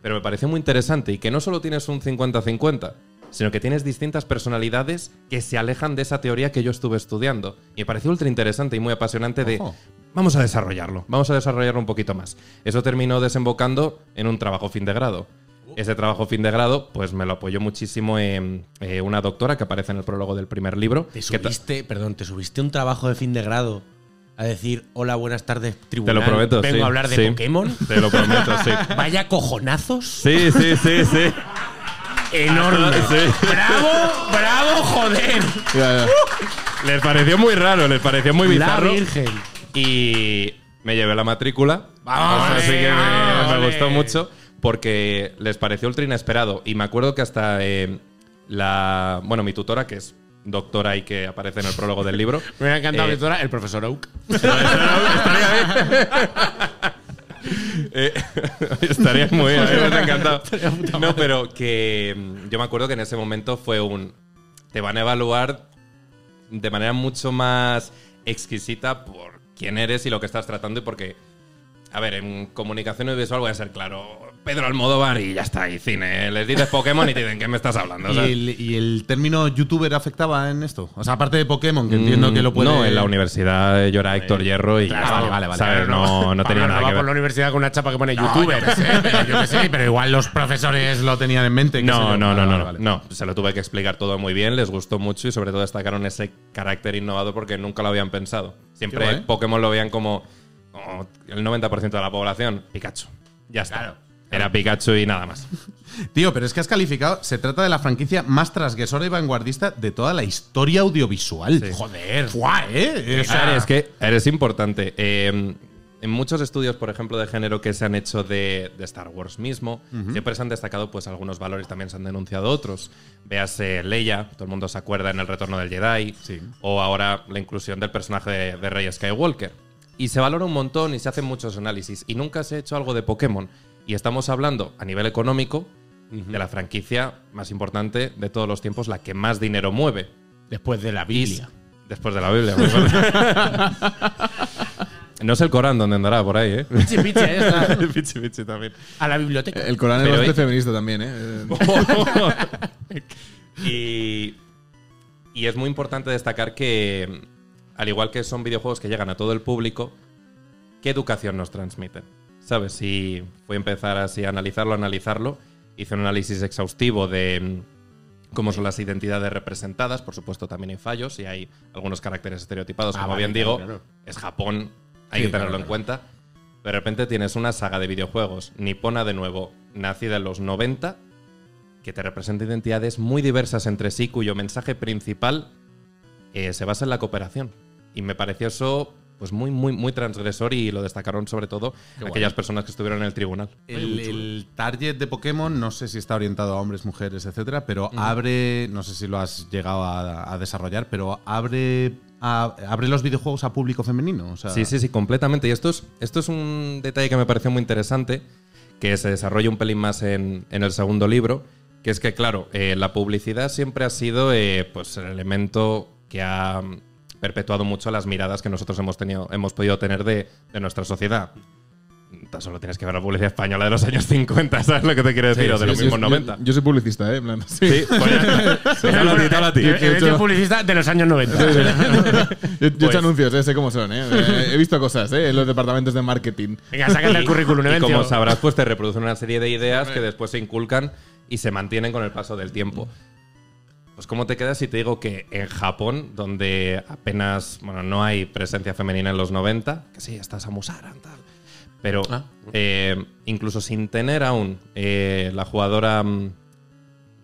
Pero me pareció muy interesante y que no solo tienes un 50-50, sino que tienes distintas personalidades que se alejan de esa teoría que yo estuve estudiando. Y me pareció ultra interesante y muy apasionante de... Ojo. Vamos a desarrollarlo, vamos a desarrollarlo un poquito más. Eso terminó desembocando en un trabajo fin de grado. Uh. Ese trabajo fin de grado, pues me lo apoyó muchísimo em, eh, una doctora que aparece en el prólogo del primer libro. Te que ta- subiste, perdón, te subiste un trabajo de fin de grado a decir hola, buenas tardes, Te tribunal. lo prometo, Vengo sí, a hablar de sí. Pokémon. Te lo prometo, sí. Vaya cojonazos. Sí, sí, sí, sí. Enorme. Sí. ¡Bravo! ¡Bravo, joder! Uh. Ya, ya. Les pareció muy raro, les pareció muy La bizarro. Virgen. Y me llevé la matrícula. ¡Vamos, Eso sí que me- me, vamos! gustó mucho porque les pareció ultra inesperado. Y me acuerdo que hasta eh, la. Bueno, mi tutora, que es doctora y que aparece en el prólogo del libro. Me hubiera encantado, eh, doctora, el profesor Oak. Eh, estaría muy bien, a mí me hubiera encantado. No, pero que mm, yo me acuerdo que en ese momento fue un. Te van a evaluar de manera mucho más exquisita por quién eres y lo que estás tratando y porque. A ver, en comunicación audiovisual voy a ser claro. Pedro Almodóvar y ya está, y cine. Les dices Pokémon y te dicen, ¿qué me estás hablando? O sea, ¿Y, el, y el término youtuber afectaba en esto? O sea, aparte de Pokémon, que entiendo que lo puede. Mm, No, en la universidad yo era Héctor Hierro y ya Ah, está. ¿Sabes? No, no tenía Pablo, nada va que ver. por la universidad con una chapa que pone No, youtuber. yo qué sé, pero yo qué sé, pero igual los profesores lo tenían en mente. qué sé No, yo. Ah, no, no, Vale, no, vale, no, vale. no. Se lo tuve que explicar todo muy bien, les gustó mucho y sobre todo destacaron ese carácter innovador porque nunca lo habían pensado. Siempre Qué guay. Pokémon lo veían como, como el 90% de la población, Pikachu. Ya está. Era Pikachu y nada más. Tío, pero es que has calificado. Se trata de la franquicia más transgresora y vanguardista de toda la historia audiovisual. Joder. Fuá, ¿eh? O sea, Claro, es que eres importante. Eh, en muchos estudios, por ejemplo, de género que se han hecho de, de Star Wars mismo, Ujú. siempre se han destacado pues algunos valores, también se han denunciado otros. Véase Leia, todo el mundo se acuerda en El Retorno del Jedi, o ahora la inclusión del personaje de, de Rey Skywalker. Y se valora un montón y se hacen muchos análisis. Y nunca se ha hecho algo de Pokémon. Y estamos hablando, a nivel económico, de la franquicia más importante de todos los tiempos, la que más dinero mueve. Después de la Biblia. Después de la Biblia. muy bueno. no es el Corán donde andará por ahí, ¿eh? Pichi, pichi, ahí está. Pichi, pichi también. A la biblioteca. El Corán es Pero bastante hoy- feminista también, ¿eh? y, y es muy importante destacar que, al igual que son videojuegos que llegan a todo el público, ¿qué educación nos transmiten? ¿Sabes? Si voy a empezar así a analizarlo, analizarlo, hice un análisis exhaustivo de mm, cómo son las identidades representadas, por supuesto también hay fallos y hay algunos caracteres estereotipados, Ah, como vale, bien claro, digo, claro. es Japón, hay Sí, que tenerlo claro, en cuenta. De repente tienes una saga de videojuegos nipona de nuevo, nacida en los 90, que te representa identidades muy diversas entre sí, cuyo mensaje principal eh, se basa en la cooperación. Y me pareció eso pues muy, muy, muy transgresor y lo destacaron sobre todo Qué guay. aquellas personas que estuvieron en el tribunal. El, el ¿eh? target de Pokémon, no sé si está orientado a hombres, mujeres, etcétera, pero abre, no sé si lo has llegado a, a desarrollar, pero abre, a- abre los videojuegos a público femenino. O sea, Sí, sí, sí, completamente. Y esto es, esto es un detalle que me pareció muy interesante, que se desarrolla un pelín más en, en el segundo libro, que es que, claro, eh, la publicidad siempre ha sido eh, pues, el elemento que ha mm, perpetuado mucho las miradas que nosotros hemos, tenido, hemos podido tener de, de nuestra sociedad. Tan solo tienes que ver la publicidad española de los años 50, ¿sabes lo que te quiero decir? o de los mismos 90. Yo, soy publicista, ¿eh? En plan, sí. Sí, pues, pues, habla a ti, habla a ti. Yo- yo he hecho- publicista de los años 90. Yo, yo he Pues- hecho anuncios, ¿eh? sé cómo son, ¿eh? Eh, He visto cosas, ¿eh? En los departamentos de marketing. Eh, Y- Y como sabrás, pues te reproducen una serie de ideas que después se inculcan y se mantienen con el paso del tiempo. Pues cómo te quedas si te digo que en Japón, donde apenas, bueno, no hay presencia femenina en los 90, que sí, está Samusaran, tal. Pero eh, incluso sin tener aún eh, la jugadora, mm,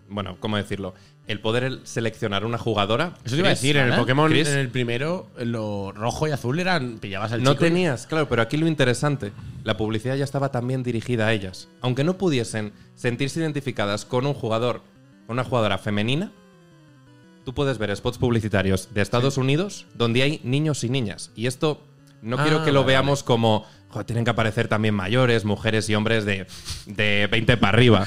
bueno, ¿cómo decirlo? El poder el- seleccionar una jugadora. Eso te iba a Chris, decir, en el Pokémon, Chris, en el primero, lo rojo y azul eran. Pillabas al no chico y- tenías, claro, pero aquí lo interesante, la publicidad ya estaba también dirigida a ellas. Aunque no pudiesen sentirse identificadas con un jugador, con una jugadora femenina, tú puedes ver spots publicitarios de Estados Unidos donde hay niños y niñas. Y esto no Ah, quiero que lo vale, veamos como, "Jo, tienen que aparecer también mayores, mujeres y hombres de, de 20 para arriba.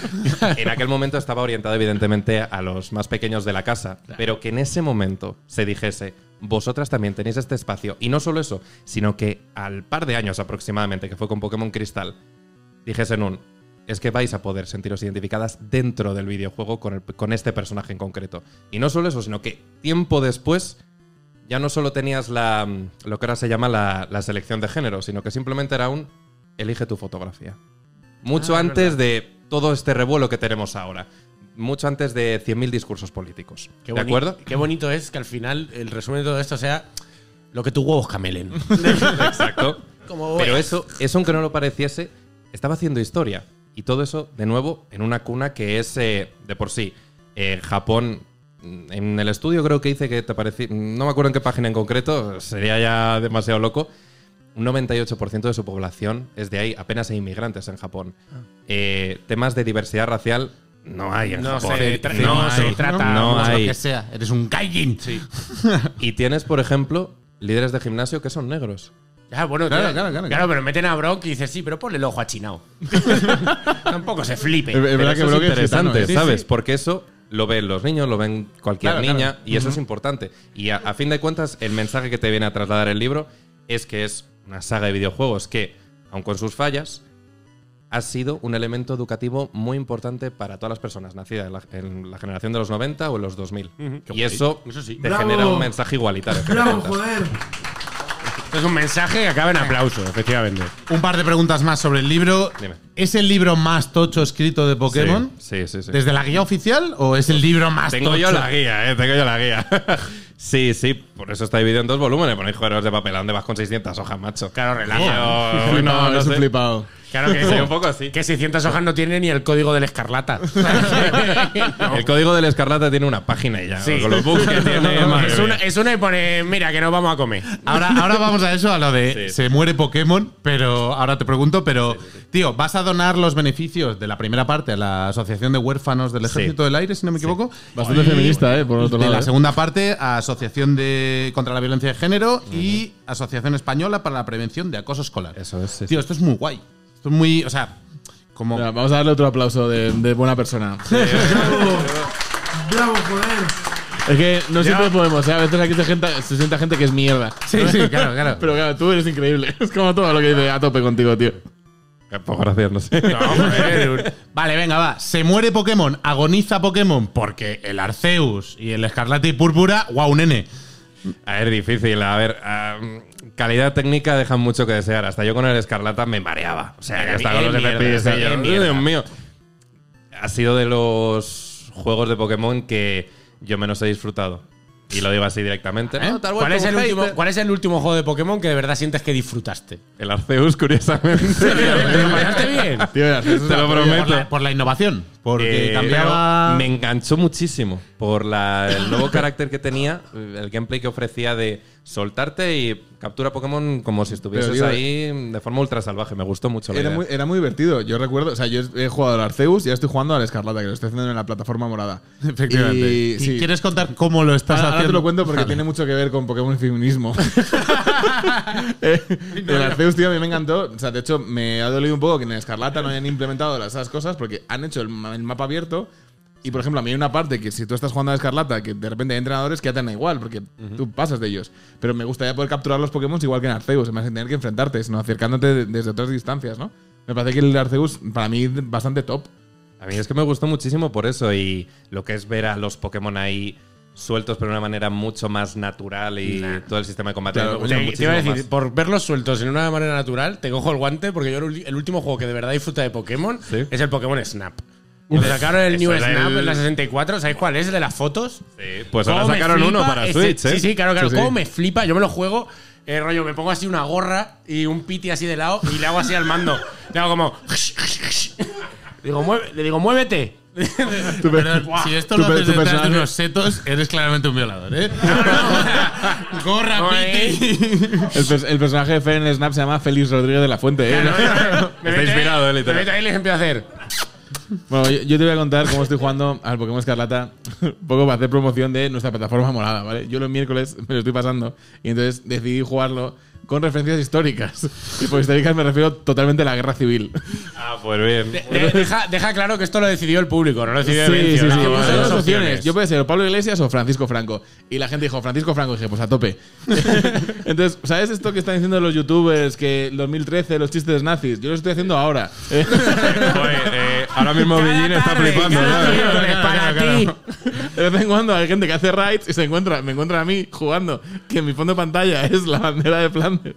en aquel momento estaba orientado evidentemente a los más pequeños de la casa, pero que en ese momento se dijese, vosotras también tenéis este espacio. Y no solo eso, sino que al par de años aproximadamente, que fue con Pokémon Cristal, dijesen un, es que vais a poder sentiros identificadas dentro del videojuego con, el- con este personaje en concreto. Y no solo eso, sino que tiempo después ya no solo tenías la, mm, lo que ahora se llama la, la selección de género, sino que simplemente era un elige tu fotografía. Mucho Ah, es antes de todo este revuelo que tenemos ahora. Mucho antes de 100.000 discursos políticos. Qué ¿De boni- acuerdo? Qué bonito es que al final el resumen de todo esto sea lo que tus huevos camelen. Exacto. Como Pero ovejas. eso, eso, aunque no lo pareciese, estaba haciendo historia. Y todo eso, de nuevo, en una cuna que es eh, de por sí. eh, Japón, mm, en el estudio creo que dice que te parecía. No me acuerdo en qué página en concreto, sería ya demasiado loco. Un 98% de su población es de ahí, apenas hay inmigrantes en Japón. Ah. Eh, temas de diversidad racial no hay en No Japón. se tra- no se trata mucho lo que sea. Eres un gaijin. y tienes, por ejemplo, líderes de gimnasio que son negros. Ya, bueno, Claro, tío, claro, claro, claro, claro. pero meten a Brock y dices, sí, pero ponle el ojo a Chinao. Tampoco se flipe. Es verdad que Pero eso es interesante, gitano, ¿eh? ¿sabes? Sí, sí. Porque eso lo ven los niños, lo ven cualquier Claro, niña, claro. y eso Ujú. es importante. Y a, a fin de cuentas, el mensaje que te viene a trasladar el libro es que es una saga de videojuegos que, aun con sus fallas, ha sido un elemento educativo muy importante para todas las personas nacidas en la, en la generación de los 90 o en los 2000. Qué Y guay. eso, Eso sí. te Bravo. genera un mensaje igualitario. a fin de cuentas. Esto es un mensaje que acaba en aplauso, efectivamente. Un par de preguntas más sobre el libro. Dime. ¿Es el libro más tocho escrito de Pokémon? Sí, sí, sí. ¿Desde la guía oficial o es el libro más Tengo tocho? yo la guía, eh, tengo yo la guía. sí, sí, por eso está dividido en dos volúmenes. Ponéis juegos de papel, ¿a dónde vas con 600 hojas, macho? Claro, Flipado, es un flipado. Claro que Soy un poco así. Que 600 hojas no tiene ni el código del escarlata. El código del Escarlata tiene una página y ya. Con los bugs que tiene. madre es, mía. una, es una y pone, mira, que nos vamos a comer. Ahora, ahora vamos a eso, a lo de Sí. se muere Pokémon, pero ahora te pregunto, pero tío, ¿vas a donar los beneficios de la primera parte a la Asociación de Huérfanos del Ejército del Aire, si no me equivoco? Bastante feminista, ¿eh? Por otro de lado. la ¿eh? segunda parte a Asociación de contra la Violencia de Género y Asociación Española para la Prevención de Acoso Escolar. Eso es. Tío, esto es muy guay. Esto es muy, o sea, como Mira, vamos a darle otro aplauso de, de buena persona. Bravo, joder. Es que no siempre podemos, ¿eh? A veces aquí se, gente, se sienta gente que es mierda. Sí, sí, claro, claro. Pero claro, tú eres increíble. Es como todo lo que dice a tope contigo, tío. Eh, Pues gracias, no sé. Vale, venga, va. Se muere Pokémon, agoniza Pokémon, porque el Arceus y el Escarlata y Púrpura, wow, nene. A ver, difícil. A ver, ah, calidad técnica deja mucho que desear. Hasta yo con el Escarlata me mareaba. O sea, que hasta con los mierda, FPS. eh, yo, mierda. Dios mío. Ha sido de los juegos de Pokémon que yo menos he disfrutado. Y lo digo así directamente. No, Ah, tal ¿Cuál es, el como último, hater. ¿Cuál es el último juego de Pokémon que de verdad sientes que disfrutaste? El Arceus, curiosamente. ¿Te lo pasaste bien? Tío, mira, eso es Te lo una- Por prometo. la, por la innovación. Porque Eh, cambiaba. Me enganchó muchísimo por la- el nuevo carácter que tenía, el gameplay que ofrecía de soltarte y captura Pokémon como si estuvieses Pero, tío, ahí de forma ultra salvaje. Me gustó mucho. La Era idea. muy, era muy divertido. Yo recuerdo, o sea, yo he jugado al Arceus y ahora estoy jugando al Escarlata, que lo estoy haciendo en la plataforma morada. Efectivamente. Y, ¿Y sí. ¿Quieres contar cómo lo estás Ah, Ahora, ahora haciendo? te lo cuento porque Vale. tiene mucho que ver con Pokémon y feminismo. Eh, el Arceus, tío, a mí me encantó. O sea, de hecho, me ha dolido un poco que en Escarlata no hayan implementado las- esas cosas porque han hecho el, ma- el mapa abierto. Y, por ejemplo, a mí hay una parte que si tú estás jugando a Escarlata, que de repente hay entrenadores que ya te dan igual, porque tú pasas de ellos. Pero me gustaría poder capturar los Pokémon igual que en Arceus, en vez de tener que enfrentarte, sino acercándote de- desde otras distancias, ¿no? Me parece que el Arceus, para mí, bastante top. A mí es que me gustó muchísimo por eso y lo que es ver a los Pokémon ahí sueltos pero de una manera mucho más natural y todo el sistema de combate. Claro, me Te- gustó te, muchísimo iba a decir, más. por verlos sueltos en una manera natural, te cojo el guante porque yo el ul- el último juego que de verdad disfruta de Pokémon Sí. es el Pokémon Snap. Cuando sacaron el eso New era Snap el- en la 64, ¿sabéis cuál es? El de las fotos. Sí, pues ¿Cómo ahora me sacaron uno flipa para ese- Switch, ¿eh? Sí, sí, claro, claro. Sí, sí. ¿Cómo me flipa? Yo me lo juego, eh, rollo, me pongo así una gorra y un piti así de lado y le hago así al mando. Le hago como. digo, "Mueve- le digo, muévete. Pero Buah. si esto Tu lo pe- haces tu detrás de personaje. unos setos, eres claramente un violador, ¿eh? Gorra, Oye. piti. El, pers- el personaje de Fer en el Snap se llama Félix Rodríguez de la Fuente, ¿eh? Me Está meto inspirado, ahí, eh, literal. Me meto ahí y les empiezo a hacer. Bueno, yo, yo te voy a contar cómo estoy jugando al Pokémon Escarlata, un poco para hacer promoción de nuestra plataforma morada, ¿vale? Yo los miércoles me lo estoy pasando y entonces decidí jugarlo con referencias históricas. Y por históricas me refiero totalmente a la guerra civil. Ah, pues bien. De- deja, deja claro que esto lo decidió el público, no lo decidió Evencio, ¿no? Puse Puso dos dos opciones. opciones. Yo puede ser o Pablo Iglesias o Francisco Franco. Y la gente dijo, Francisco Franco, y dije, pues a tope. Entonces, ¿sabes esto que están diciendo los youtubers? Que el 2013, los chistes nazis. Yo lo estoy haciendo ahora. Joder, eh, ahora mismo Cada Villín está tarde, flipando. cada ¿sabes? miércoles para ti. De vez en cuando hay gente que hace raids y se encuentra, me encuentra a mí jugando, que en mi fondo de pantalla es la bandera de Flandes.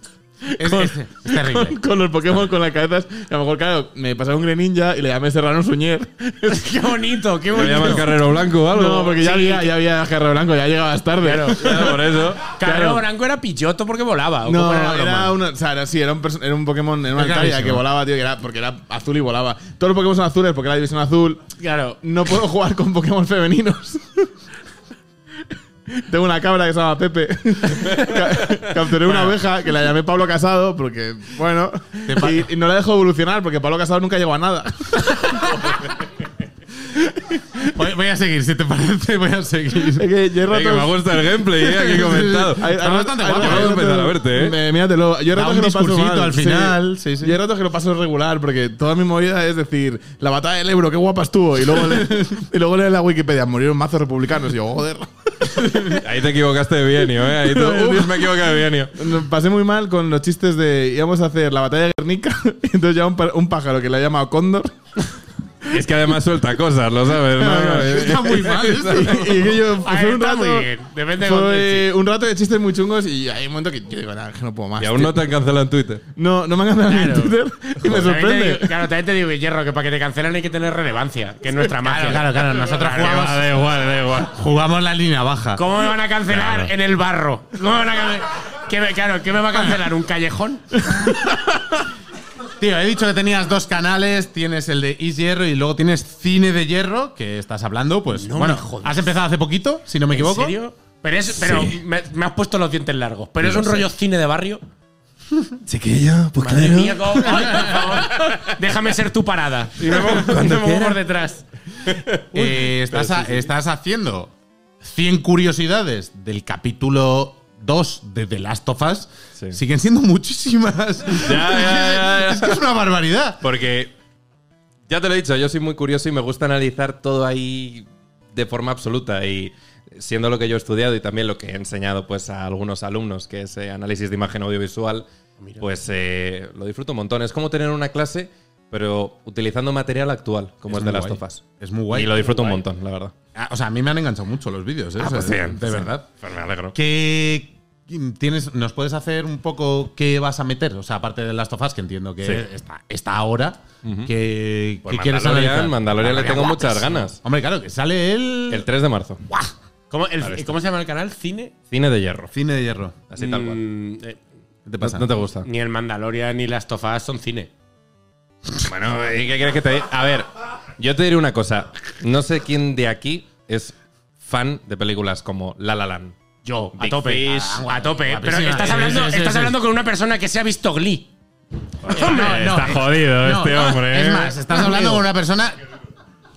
Es- es- es terrible. Con, con los Pokémon con las cabezas. que A lo mejor, claro, me pasaba un Greninja y le llamé Serrano Suñer. Qué bonito, qué ¿Me bonito. llaman Carrero Blanco o algo? No, porque ya, Sí, había, ya había Jarro Blanco, ya llegabas tarde. claro, por eso. Carlos Claro. Branco era pilloto porque volaba. ¿o No, cómo era la era, broma? una, o sea, era, sí, era un, perso- era un Pokémon, era una Es Altaria rarísimo. que volaba, tío, que era, porque era azul y volaba. Todos los Pokémon son azules porque era la división azul. Claro. No puedo jugar con Pokémon femeninos. Tengo una cabra que se llama Pepe. Ca- Capturé una oveja que la llamé Pablo Casado porque, bueno. Y, y no la dejo evolucionar porque Pablo Casado nunca llegó a nada. Voy, voy a seguir, si te parece, voy a seguir. Es que yo he Eh, que ratos- me gusta el gameplay, eh, aquí comentado. Hay- hay Está ratos- bastante hay guapo. ratos- Vamos a empezar a verte, eh. Eh, míratelo. Yo he Da ratos un que lo paso discursito mal, al sí. final, sí, sí. Yo he ratos que lo paso regular porque toda mi movida es decir, la batalla del Ebro, qué guapa estuvo. Y luego le- y luego lees la Wikipedia, murieron mazos republicanos. Y yo, joder. Ahí te equivocaste de bienio, eh. Ahí tú, uf, me he equivocado de bienio. Lo Pasé muy mal con los chistes de íbamos a hacer la batalla de Guernica. Y entonces ya un, pa- un pájaro que le ha llamado Cóndor. Es que además suelta cosas, lo sabes, ¿no? Está muy mal esto. eh, Y, y que yo Ah, fue un está rato. muy bien. Depende de Fue un rato de chistes muy chungos y hay un momento que yo digo, nada, que no puedo más. Y aún tío". no te han cancelado en Twitter. No, no me han ganado ni en Claro. Twitter y me Pues También te sorprende. digo- claro, también te digo, Hierro, que para que te cancelan hay que tener relevancia, que es nuestra magia. Claro, claro, nosotros Vale, jugamos. vale, igual, igual. Jugamos la línea baja. ¿Cómo me van a cancelar Claro. en el barro? ¿Cómo me van a cancelar? ¿Qué me, claro, ¿qué me va a cancelar? ¿Un callejón? Tío, he dicho que tenías dos canales, tienes el de Is Hierro y luego tienes Cine de Hierro, que estás hablando, pues No bueno, me jodas. has empezado hace poquito, si no me ¿En equivoco. serio? Pero, es, pero Sí. me, me has puesto los dientes largos. Pero Yo es un lo rollo sé. cine de barrio. Chiquillo, pues Madre claro. mía, cómo- ay, por favor, déjame ser tu parada. Y me pongo, Cuando me pongo quieras. por detrás. Eh, estás, Pero a- sí, sí. estás haciendo 100 curiosidades del capítulo 2 de The Last of Us. Siguen siendo muchísimas. Ya, ya, ya, ya. Es que es una barbaridad. Porque, ya te lo he dicho, yo soy muy curioso y me gusta analizar todo ahí de forma absoluta. Y siendo lo que yo he estudiado y también lo que he enseñado pues, a algunos alumnos, que es eh, análisis de imagen audiovisual, Ah, pues eh, lo disfruto un montón. Es como tener una clase, pero utilizando material actual, como Es es, de muy las guay. tofas. Es muy guay. Y lo disfruto un Guay. montón, la verdad. Ah, o sea, a mí me han enganchado mucho los vídeos, ¿eh? Ah, O sea, pues bien, de sí. verdad. Pues me alegro. ¿Qué tienes, ¿Nos puedes hacer un poco qué vas a meter? O sea, aparte de Last of Us, que entiendo que Sí. está, está ahora. que, Pues que quieres Mandalorian, analizar. Mandalorian le tengo muchas guapísimo. ganas. Hombre, claro, que sale el. El 3 de marzo. Mm. ¿Cómo, el- Ahí está. ¿cómo se llama el canal? ¿Cine? Cine de hierro. Cine de hierro. Así tal cual. Mm, eh, te pasa? No te gusta. Ni el Mandalorian ni las tofas son cine. Bueno, ¿y ¿qué crees que te diga? A ver, yo te diré una cosa. No sé quién de aquí es fan de películas como La La Land. Yo, Big a tope. Fish. Ah, a tope. Pero Guapísima. estás Sí, hablando, sí, sí, estás sí. hablando con una persona que se ha visto Glee. Hombre, no. Está jodido No, este no, hombre. Es ¿eh? más, estás hablando con una persona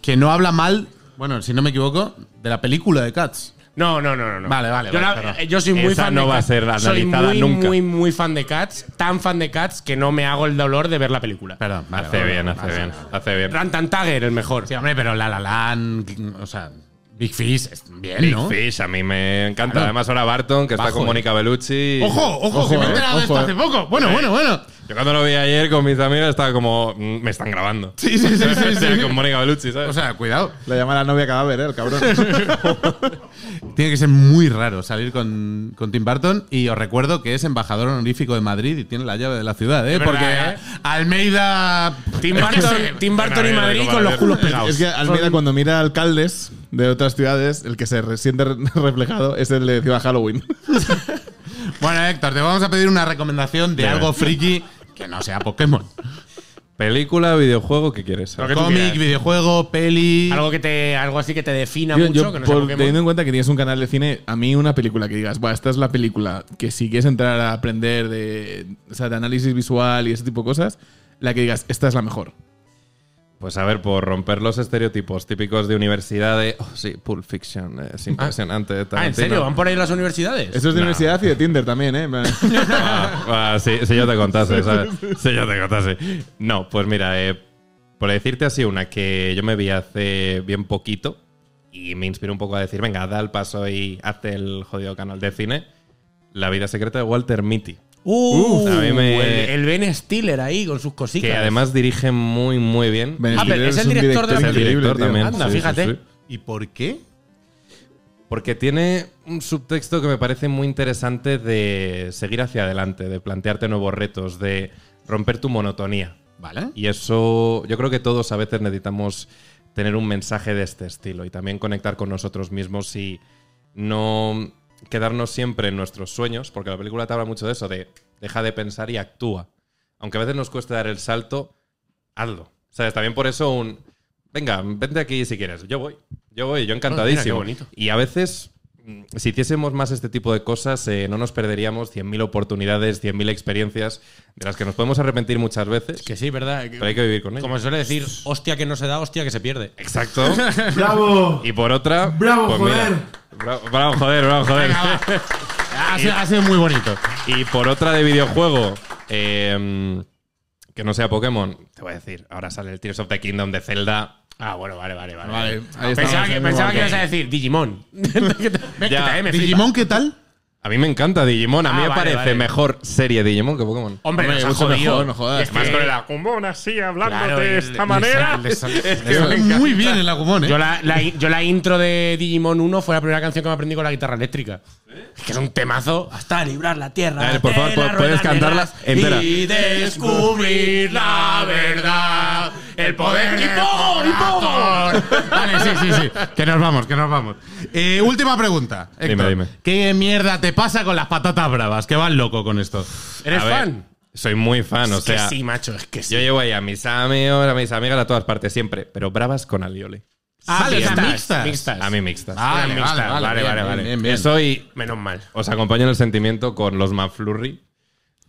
que no habla mal, bueno, si no me equivoco, de la película de Cats. No, no, no, no. Vale, vale. Yo, la- vale, perdón. eh, yo soy muy Esa fan no de va a Cats. ser Soy analizada muy, nunca. muy, muy fan de Cats. Tan fan de Cats que no me hago el dolor de ver la película. Perdón, vale, Hace vale, bien, vale, hace vale. bien, hace bien. Rantantager, el mejor. Sí, hombre, pero La La Land, o sea, Big Fish, es bien, Big ¿no? Fish, a mí me encanta. Claro. Además, ahora Barton, que Bajo, está con eh. Mónica Bellucci. Ojo, ojo, que me he enterado de esto hace poco. Bueno, bueno, bueno. Yo cuando lo vi ayer con mis amigas estaba como, "Mm, me están grabando. Sí, sí, sí. Con Mónica Bellucci, ¿sabes? O sea, cuidado. Le llama la novia cadáver, ¿eh? El cabrón. Tiene que ser muy raro salir con, con Tim Burton. Y os recuerdo que es embajador honorífico de Madrid y tiene la llave de la ciudad, ¿eh? Es Porque verdad, Almeida. Tim Burton, Tim Burton y Madrid con los culos pegados. Es que Almeida, cuando mira alcaldes de otras ciudades, el que se re- siente re- reflejado es el de Ciudad Halloween. Bueno, Héctor, te vamos a pedir una recomendación de Bien. algo friki que no sea Pokémon. Película, videojuego, ¿qué quieres? Lo que tú Cómic, quieras. videojuego, peli. Algo, que te, algo así que te defina Yo- mucho. yo, que no sea por- Pokémon. teniendo en cuenta que tienes un canal de cine, a mí una película que digas, "Buah, esta es la película que si quieres entrar a aprender de, o sea, de análisis visual y ese tipo de cosas, la que digas, esta es la mejor. Pues a ver, por romper los estereotipos típicos de universidad de. Oh, sí, Pulp Fiction, eh, es impresionante. Ah, ¿en Tarantino. serio? ¿Van por ahí las universidades? Eso es No. de universidad y de Tinder también, ¿eh? En plan- Ah, ah, si, si yo te contase, ¿sabes? Si yo te contase. No, pues mira, eh, por decirte así una que yo me vi hace bien poquito y me inspiró un poco a decir, venga, da el paso y hazte el jodido canal de cine. La vida secreta de Walter Mitty. Uh, A mí me- el, el Ben Stiller ahí con sus cositas. que además dirige muy, muy bien. Ben Ah, pero Stiller es el un director de la Es el increíble, director tío. también. Anda, sí, sí, fíjate. sí. ¿Y por qué? Porque tiene un subtexto que me parece muy interesante de seguir hacia adelante, de plantearte nuevos retos, de romper tu monotonía. Vale. Y eso, yo creo que todos a veces necesitamos tener un mensaje de este estilo y también conectar con nosotros mismos y no quedarnos siempre en nuestros sueños, porque la película te habla mucho de eso, de deja de pensar y actúa. Aunque a veces nos cueste dar el salto, hazlo. ¿Sabes? También por eso un, venga, vente aquí si quieres, yo voy, yo voy, yo encantadísimo. Ah, mira, qué bonito. Y a veces, mm, si hiciésemos más este tipo de cosas, eh, no nos perderíamos 100.000 oportunidades, 100.000 experiencias, de las que nos podemos arrepentir muchas veces. Que sí, ¿verdad? Pero hay que vivir con ello. Como suele decir, hostia que no se da, hostia que se pierde. Exacto. Bravo. y por otra. Bravo, pues mira, joder. bravo, bravo, joder, bravo, joder. Ha sido, ha sido muy bonito. y por otra de videojuego. eh, que no sea Pokémon. Te voy a decir, ahora sale el Tears of the Kingdom de Zelda. Ah, bueno, vale, vale, vale. Vale, ahí Pensaba estamos, que, ahí pensaba mismo. que ibas a decir Digimon. Que también me flipa. ¿Digimon qué tal? A mí me encanta Digimon. A mí Ah, me vale, parece vale. mejor serie Digimon que Pokémon. Hombre, nos ha mucho jodido. mejor, no jodas. Es que- Más con el acumón así, hablando Claro, de el- esta el- manera. el- el- Es que Está me encanta. muy bien el Agumon, ¿eh? yo, la, la- yo la intro de Digimon 1 fue la primera canción que me aprendí con la guitarra eléctrica. Es que es un temazo. Hasta librar la tierra. A ver, por de favor, las puedes ruedas cantarla negras entera. Y descubrir la verdad. El poder. ¡Y poco, y poco! Vale, sí, sí, sí. Que nos vamos, que nos vamos. Eh, última pregunta. Héctor. Dime, dime. ¿Qué mierda te pasa con las patatas bravas? Que vas loco con esto. ¿Eres A ver, fan? Soy muy fan, o Es que sea. sí, macho, es que sí. Yo llevo ahí a mis amigos, a mis amigas a todas partes siempre, pero bravas con alioli. Ah, Sí, vale, o sea, estas. mixtas. Mixtas. A mí mixtas. Vale, Sí, vale, vale, bien, bien, bien, bien. Soy, menos mal. Os acompaño en el sentimiento con los McFlurry.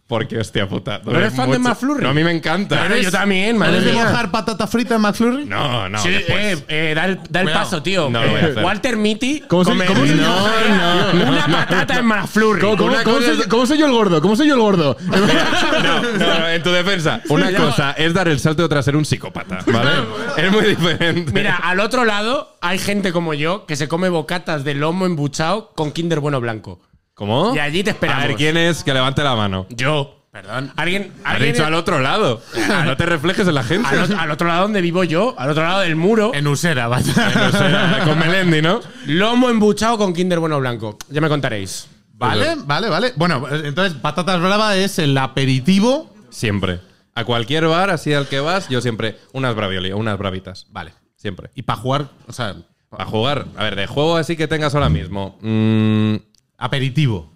Porque, hostia puta. ¿No eres fan de McFlurry? No, a mí me encanta. Claro, yo también, madre ¿Eres de mía. mojar? patata frita en McFlurry? No, no. Sí, después. eh, da el, da el Cuidado. paso, tío. No lo voy a hacer. Walter Mitty. ¿Cómo se- come- cómo se- No, No, no, Una no. patata en McFlurry. ¿Cómo, cómo- Una cómo cosa soy, es- yo- cómo soy yo el gordo? ¿Cómo soy yo el gordo? No, no, no, en tu defensa. Una cosa es dar el salto de otra ser un psicópata, ¿vale? es muy diferente. Mira, al otro lado hay gente como yo que se come bocatas de lomo embuchado con Kinder Bueno Blanco. ¿Cómo? Y allí te esperamos. A ver, ¿quién es? Que levante la mano. Yo. Perdón. Alguien. Has alguien- dicho al otro lado. No te reflejes en la gente. Al, o- al otro lado donde vivo yo, al otro lado del muro. En Usera, vaya. O sea, con Melendi, ¿no? Lomo embuchado con Kinder Bueno Blanco. Ya me contaréis. Vale, vale, vale. Bueno, eh, entonces patatas brava es el aperitivo. Siempre. A cualquier bar, así al que vas, yo siempre unas bravioli o unas bravitas. Vale. Siempre. Y para jugar, o sea, Para jugar. A ver, de juego así que tengas ahora mismo. Mm, aperitivo.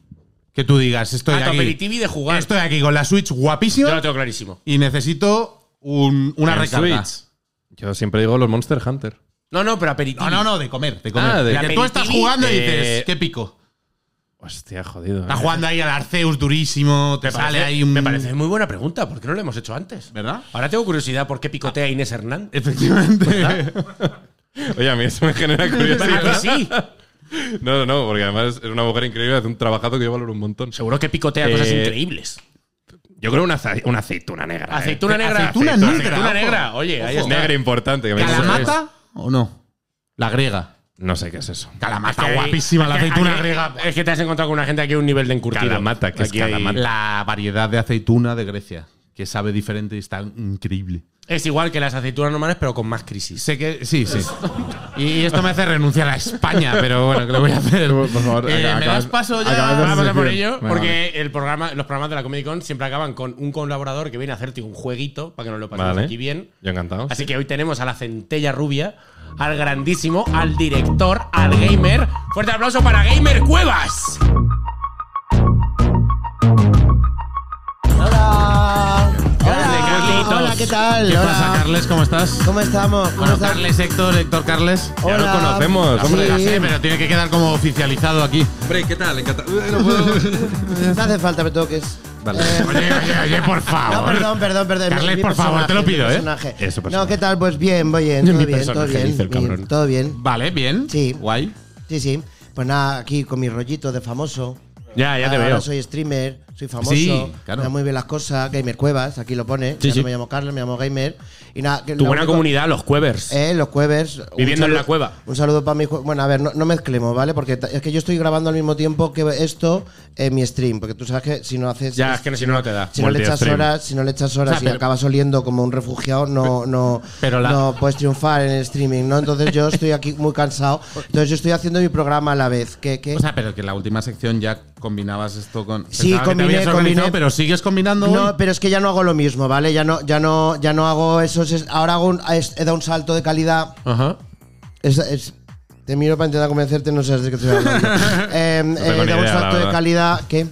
Que tú digas, estoy Ah, tu aquí. aperitivo y de jugar. Estoy aquí con la Switch guapísima Yo lo tengo clarísimo. y necesito un- una en recarga. Switch. Yo siempre digo los Monster Hunter. No, no, pero aperitivo. No, no, no, de comer, de comer. Ah, de- De que tú aperitivo. estás jugando y Eh, dices, qué pico. Hostia, jodido. Estás eh. jugando ahí al Arceus durísimo, te Me sale parece- ahí un. Me parece muy buena pregunta. ¿Por qué no lo hemos hecho antes? ¿Verdad? Ahora tengo curiosidad por qué picotea Inés Hernán. Efectivamente. Ah. Oye, a mí eso me genera ¿Verdad que curiosidad. sí? No, no, no, porque además es una mujer increíble, hace un trabajazo que yo valoro un montón. Seguro que picotea Eh, cosas increíbles. Yo creo una, ace- una aceituna negra. eh. Aceituna negra. aceituna negra, Aceituna ojo. negra. Oye, ahí está. Negra importante. Que me dice- ¿Calamata o no? La griega. No sé qué es eso. Calamata, Es que- guapísima la eh. es que- aceituna aquí- griega. Es que te has encontrado con una gente aquí a un nivel de encurtido. Calamata, que es Aquí hay- calamata. La variedad de aceituna de Grecia, que sabe diferente y está increíble. Es igual que las aceitunas normales, pero con más crisis. Sé que. Sí, sí. Y esto me hace renunciar a España, pero bueno, que lo voy a hacer. Por favor, Eh, acá- ¿Me acabas- das paso acabas de- ya? Vamos a por Venga, ello, vale. porque el programa, los programas de la Comedy Con siempre acaban con un colaborador que viene a hacerte un jueguito para que nos lo pasemos Vale. aquí bien. Yo encantado. Así que hoy tenemos a la centella rubia, al grandísimo, al director, al gamer. Fuerte aplauso para Gamer Cuevas. Hola. Grande, Hola. Carlitos. Hola, ¿qué tal? ¿Qué Hola. pasa, Carles? ¿Cómo estás? ¿Cómo estamos? ¿Cómo Bueno, estamos? Carles, Héctor, Héctor Carles. Ya Hola. lo conocemos, hombre. Ya Sí. sé, pero tiene que quedar como oficializado aquí. Hombre, ¿qué tal? Encantado. No puedo. pues, No hace falta que me toques. Vale. Eh, Oye, oye, oye, por No, favor. perdón, perdón, perdón. Carles, Mi- mi por favor, personaje, te lo mi pido, ¿eh? personaje. Eso, No, personaje. ¿qué tal? Pues bien, voy bien, todo bien, todo personaje, bien. dice el cabrón. Y- Todo bien. Vale, bien. Sí. Guay. Sí, sí. Pues nada, aquí con mi rollito de famoso. Ya, ya te Ahora veo. soy streamer, soy famoso, Sí, claro. me dan muy bien las cosas, Gamer Cuevas, aquí lo pone. Sí, ya sí. no me llamo Carlos, me llamo Gamer. Y nada, que Tu lo buena único- comunidad, los Cuevers. Eh, los Cuevers. un Viviendo en saludo- la cueva. Un saludo para mi. jue- Bueno, a ver, no, no mezclemos, ¿vale? Porque ta- es que yo estoy grabando al mismo tiempo que esto en mi stream. Porque tú sabes que si no haces. ya, es que si no, no te da. Si no, le echas Multi-stream. horas, si no le echas horas O sea, y pero- acabas oliendo como un refugiado, no, no, pero la- no puedes triunfar en el streaming, ¿no? Entonces yo estoy aquí muy cansado. Entonces yo estoy haciendo mi programa a la vez. ¿Qué, qué? O sea, pero que en la última sección ya combinabas esto con. Sí, Pensaba que te combiné, habías organizado, combiné. Pero sigues combinando. No, hoy. pero es que ya no hago lo mismo, ¿vale? Ya no, ya no, ya no hago esos. es- ahora hago un- es- he dado un salto de calidad. Ajá. Es- es- te miro para intentar convencerte, no sabes de qué estoy hablando. Eh, tengo eh, ni he dado un idea, la salto de verdad. calidad que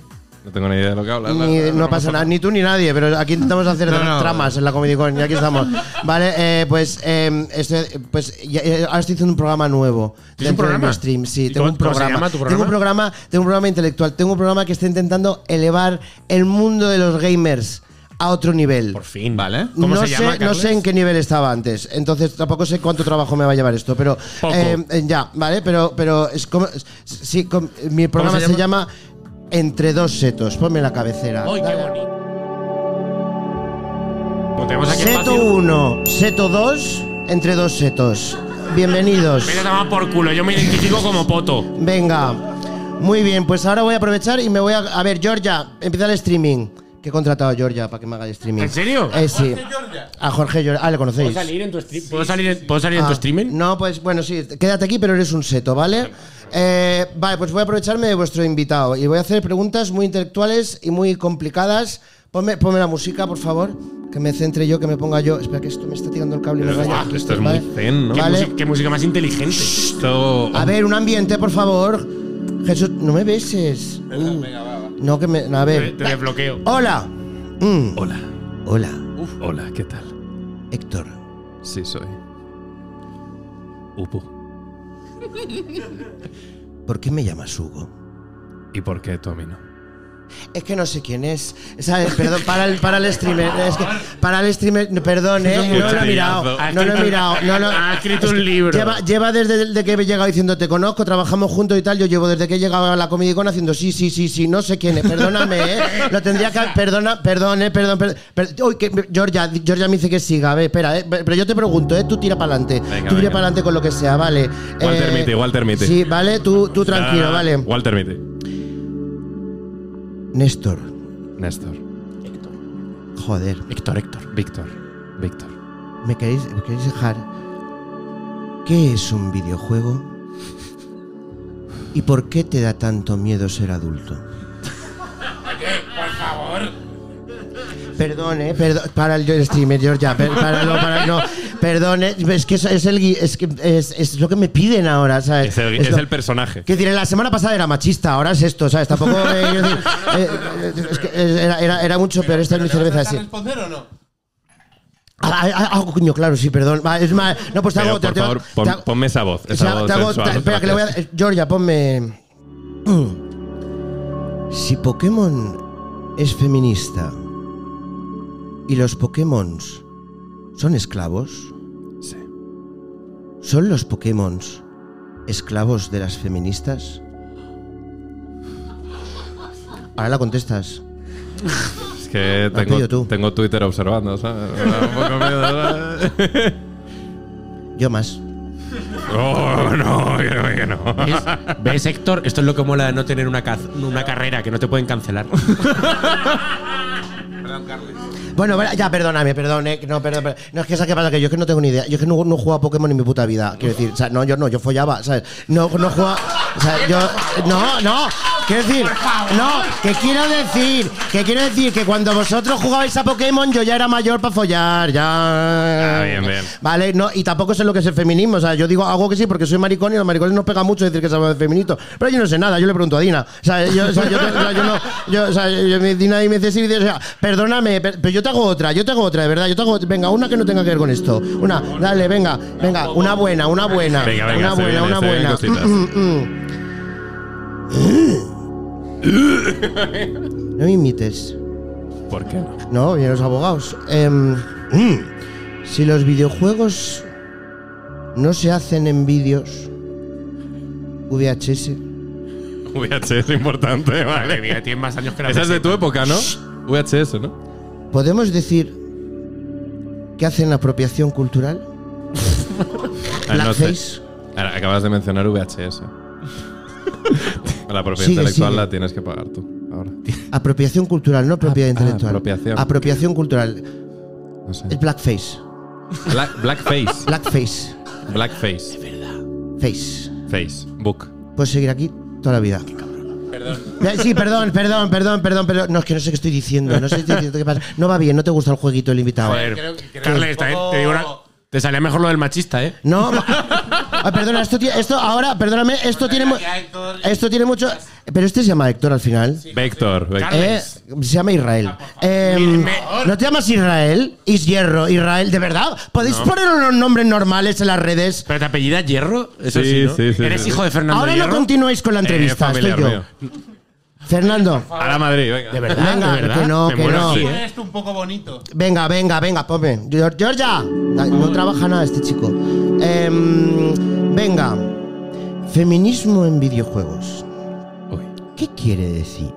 No tengo ni idea de lo que hablas. ni- no pasa nada, ni tú ni nadie, pero aquí intentamos hacer No, no. tramas en la Comedy Con y aquí estamos. Vale, eh, pues, eh, estoy- pues ya- eh, ahora estoy haciendo un programa nuevo. ¿Tienes un dentro de mi programa? stream, sí, ¿Y tengo cómo- un cómo se programa. llama tu Tengo un programa, tengo un programa intelectual, tengo un programa que está intentando elevar el mundo de los gamers a otro nivel Por fin. Vale. no sé, no sé en qué nivel estaba antes, entonces tampoco sé cuánto trabajo me va a llevar esto, pero Poco. eh, eh, ya, vale, pero pero es como es- sí, com- mi programa se se llama? Entre dos setos. Ponme la cabecera. ¡Ay, qué Dale. bonito! Pues tenemos aquí Seto espacio. 1, seto 2, entre dos setos. Bienvenidos. Vete a tomar por culo. Yo me identifico como poto. Venga. Muy bien, pues ahora voy a aprovechar y me voy a a ver Georgia, empieza el streaming. Que he contratado a Georgia para que me haga el streaming. ¿En serio? Eh, sí. A Jorge Georgia. Ah, le conocéis. ¿Puedo salir en tu, stream? ¿Puedo salir en, ¿puedo salir en Ah, tu streaming? No, pues bueno, sí, quédate aquí, pero eres un seto, ¿vale? Eh, vale, pues voy a aprovecharme de vuestro invitado y voy a hacer preguntas muy intelectuales y muy complicadas. Ponme, ponme la música, por favor, que me centre yo, que me ponga yo. Espera, que esto me está tirando el cable y me Pero, raya. guau, esto es ¿Vale? muy zen, ¿no? ¿Qué, Vale. música, qué música más inteligente. Esto. A ver, un ambiente, por favor. Jesús, no me beses. Mm. No, que me. A ver. Te desbloqueo. Hola, ¿eh? Hola. Hola. Hola, ¿qué tal? Héctor. Sí, soy. Upu. ¿Por qué me llamas Hugo? ¿Y por qué tú a mí no? Es que no sé quién es. ¿Sabes? Perdón, para el, para el streamer. Es que, para el streamer, no, perdón, ¿eh? No lo he mirado. No lo he mirado. No, lo- Ha escrito Es un que libro. Lleva, lleva desde el- de que he llegado diciendo te conozco, trabajamos juntos y tal. Yo llevo desde que he llegado a la Comidicón haciendo sí, sí, sí, sí, no sé quién es. Perdóname, ¿eh? Lo tendría que. Perdona, perdón, ¿eh? Perdón, perdón. per- uy, que, Georgia, Georgia me dice que siga. A ver, espera, ¿eh? Pero yo te pregunto, ¿eh? Tú tira para adelante. Venga, Tú tira venga. para adelante con lo que sea, vale. Walter Eh, Mitty, Walter Mitty. Sí, vale, tú, tú tranquilo, Ah, vale. Walter Mitty. Néstor. Néstor. Joder. Héctor, Héctor. Víctor. Víctor. ¿Me queréis, me queréis dejar? ¿Qué es un videojuego? ¿Y por qué te da tanto miedo ser adulto? Por favor. Perdón, eh, perdón, para el streamer, Georgia, per- páralo, páralo. Perdón, eh, es que es, es el gui- es, que es, es lo que me piden ahora, ¿sabes? Es el, Es es lo- el personaje. Que diré, la semana pasada era machista, ahora es esto, ¿sabes? Tampoco. eh, quiero decir, eh, eh, es que era, era- era mucho peor esta es mi cerveza así. ¿Responder o no? Ah, ah, ah, coño, claro, sí, perdón. Va, Es más, no, pues te Pero, hago por te- te- favor, te pon- hago- ponme esa voz. Te Esa hago- voz te hago- sensual. ta- espera, que le voy a. eh, Georgia, ponme. Si Pokémon es feminista y los Pokémon son esclavos. Sí. ¿Son los Pokémon esclavos de las feministas? Ahora la contestas. Es que Lo has pedido tengo, tengo Twitter observando, ¿sabes? Me da un poco miedo, ¿sabes? Yo más. Oh, no, que no, que no. ¿Ves? ¿Ves, Héctor? Esto es lo que mola de no tener una, caz- una carrera, que no te pueden cancelar. Bueno, bueno, ya, perdóname, perdón, eh, que no, perdón, perdón. No, es que, ¿sabes qué pasa? Que yo es que no tengo ni idea. Yo es que no, no he jugado a Pokémon en mi puta vida. Quiero decir, o sea, no, yo no, yo follaba, ¿sabes? No, no jugaba. O sea, yo. No, no. Quiero decir. No, que quiero decir. Que quiero decir que cuando vosotros jugabais a Pokémon, yo ya era mayor para follar, ya. Ah, bien, bien. Vale, no, y tampoco sé lo que es el feminismo. O sea, yo digo algo que sí porque soy maricón y a los maricones nos pega mucho decir que sabemos de feminito. Pero yo no sé nada, yo le pregunto a Dina. O sea, yo, o sea, yo, te- o sea, yo no. Yo, o sea, yo- me- Dina y me dice sí, dice, o sea, perdóname, per- pero yo te hago otra, yo te hago otra, de verdad. Yo te hago. Venga, una que no tenga que ver con esto. Una, dale, venga, venga, una buena, una buena. Venga, venga, una se buena, vienen, una se vienen buena. cositas. No me imites. ¿Por qué no? No, vienen los abogados. Em, mm, si los videojuegos no se hacen en vídeos VHS. VHS es importante, vale. mía, tienes más años que la Esa es de peseta. tu época, ¿no? VHS, ¿no? ¿Podemos decir que hacen apropiación cultural? Ah, no sé. ¿Blackface? Ahora, acabas de mencionar VHS. la propiedad Sigue, intelectual sigue. la tienes que pagar tú. Ahora. Apropiación cultural, no propiedad intelectual. apropiación. Apropiación cultural. No sé. El blackface. Black- blackface. Blackface. Blackface. Face. Face. Book. Puedes seguir aquí toda la vida. Perdón. Eh, Sí, perdón, perdón, perdón, perdón, pero no es que no sé qué estoy diciendo, no sé qué estoy diciendo, qué pasa. No va bien, no te gusta el jueguito el invitado. Joder, Carles, también ¿eh? te digo una- Te salía mejor lo del machista, ¿eh? No, ma- Ah, perdona, esto, tie- esto ahora, perdóname, esto tiene mu- esto tiene mucho, pero este se llama Héctor al final. Vector. Vector. Eh, se llama Israel. Ah, Eh, ¿No te llamas Israel? Is Hierro, Israel, ¿de verdad? ¿Podéis No. poner unos nombres normales en las redes? ¿Pero te apellidas Hierro? Eso Sí, sí, ¿no? sí, sí, ¿Eres sí. hijo de Fernando Ahora Hierro? no continuéis con la entrevista, Eh, estoy familiar yo. mío. Fernando, A la Madrid, venga. ¿De verdad? Venga, ¿De verdad? que no, Me que muero no. aquí, ¿eh? Eres tú un poco bonito. venga, venga, venga, ponme. Gior- Georgia, Ay, no trabaja nada este chico. Em, venga, feminismo en videojuegos. ¿Qué quiere decir?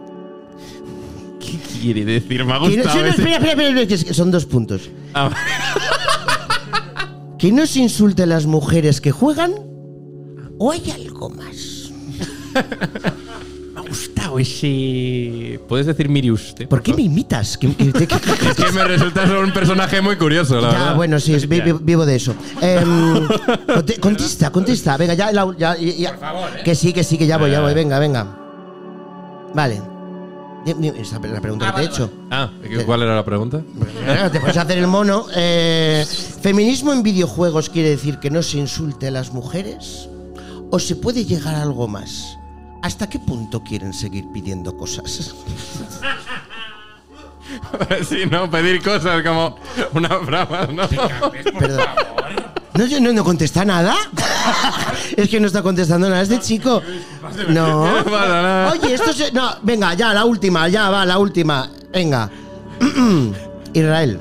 ¿Qué quiere decir? Me ha Que no- gustado. sí, no, ese- espera, espera, espera, espera, que son dos puntos. Ah. que no se insulte a las mujeres que juegan o hay algo más. Gustavo, ese- ¿Puedes decir Mirius? ¿Por qué me imitas? Que- que- que- que- Es que me resulta ser un personaje muy curioso, la verdad. ya, bueno, sí, es- vi- vi- vivo de eso. Em, conte- contesta, contesta. Venga, ya, la- ya- ya- ya. ¿eh? Que sí, que sí, que ya voy, ya voy. Venga, venga. Vale. Di- di- Esa es la pregunta que te he hecho. Ah, ¿cuál era la pregunta? Claro, te puedes hacer el mono. Eh, ¿Feminismo en videojuegos quiere decir que no se insulte a las mujeres? ¿O se puede llegar a algo más? ¿Hasta qué punto quieren seguir pidiendo cosas? sí, no, pedir cosas como unas bramas, ¿no? Perdón. No, yo no, no contesta nada. es que no está contestando nada este chico. No. No pasa nada. Oye, esto se. No, venga, ya, la última, ya va, la última. Venga. Israel.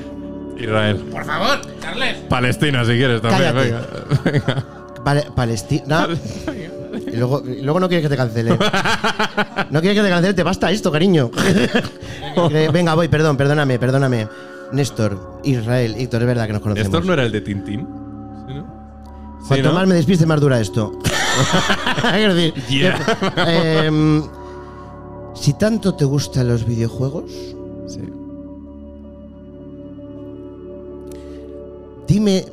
Israel. Por favor, Carles. Palestina, si quieres también. Cállate. Venga. Venga. Pale- Palestina. Y luego, y luego no quieres que te cancele. No quieres que te cancele, te basta esto, cariño. Eh, Venga, voy, perdón, perdóname, perdóname. Néstor, Israel, Héctor, es verdad que nos conocemos. ¿Esto no era el de Tintín? Sí, ¿no? Sí, Cuanto ¿no? más me despiste, más dura esto. Quiero decir, Yeah. eh, em, si tanto te gustan los videojuegos, dime.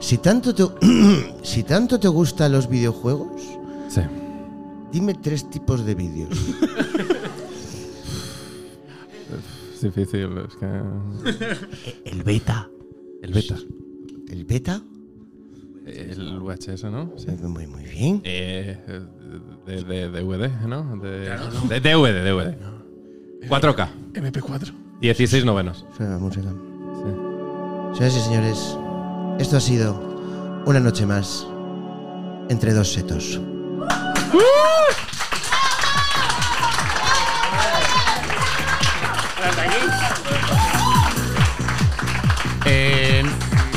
si, tanto te, si tanto te gustan los videojuegos, Sí. dime tres tipos de vídeos. Es difícil, es que. El beta. El beta. ¿El beta? El VHS, ¿no? Sí. Muy, muy bien. Eh, de, de- DVD, ¿no? De, de DVD, DVD. 4K. MP4. 16 novenos. Suena la música. Señoras y señores, esto ha sido una noche más entre dos setos. Eh,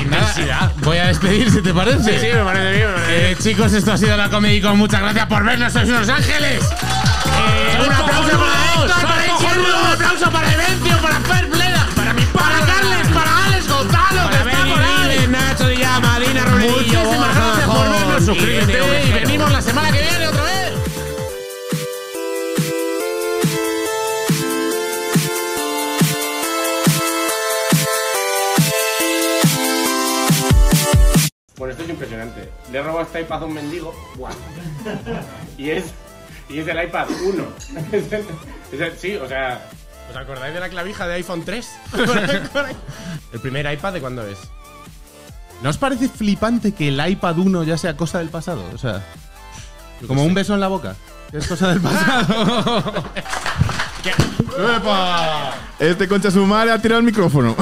y nada, voy a despedir si te parece. Sí, sí, me parece bien, me parece Eh, chicos, esto ha sido la Comedy Con. Muchas gracias por vernos. Sois unos ángeles. Eh, un aplauso para Héctor, para Ichiru, un aplauso para Evencio, para Fer Bleda, para mi para Carles, para Alex Gonzalo, que está por ahí. Nacho Llama, Dina Rodríguez, Muchísimas Borja, gracias por vernos. Jorge, Suscríbete y Ovejero. venimos la semana que viene otra vez. Bueno, esto es impresionante. Le robo este iPad a un mendigo. Buah. Y es, y es el iPad 1. Es el- sí, o sea. ¿Os acordáis de la clavija de iPhone 3? el primer iPad de cuándo es. ¿No os parece flipante que el iPad 1 ya sea cosa del pasado? O sea, qué como sé. un beso en la boca. Es cosa del pasado. Este concha su madre ha tirado el micrófono.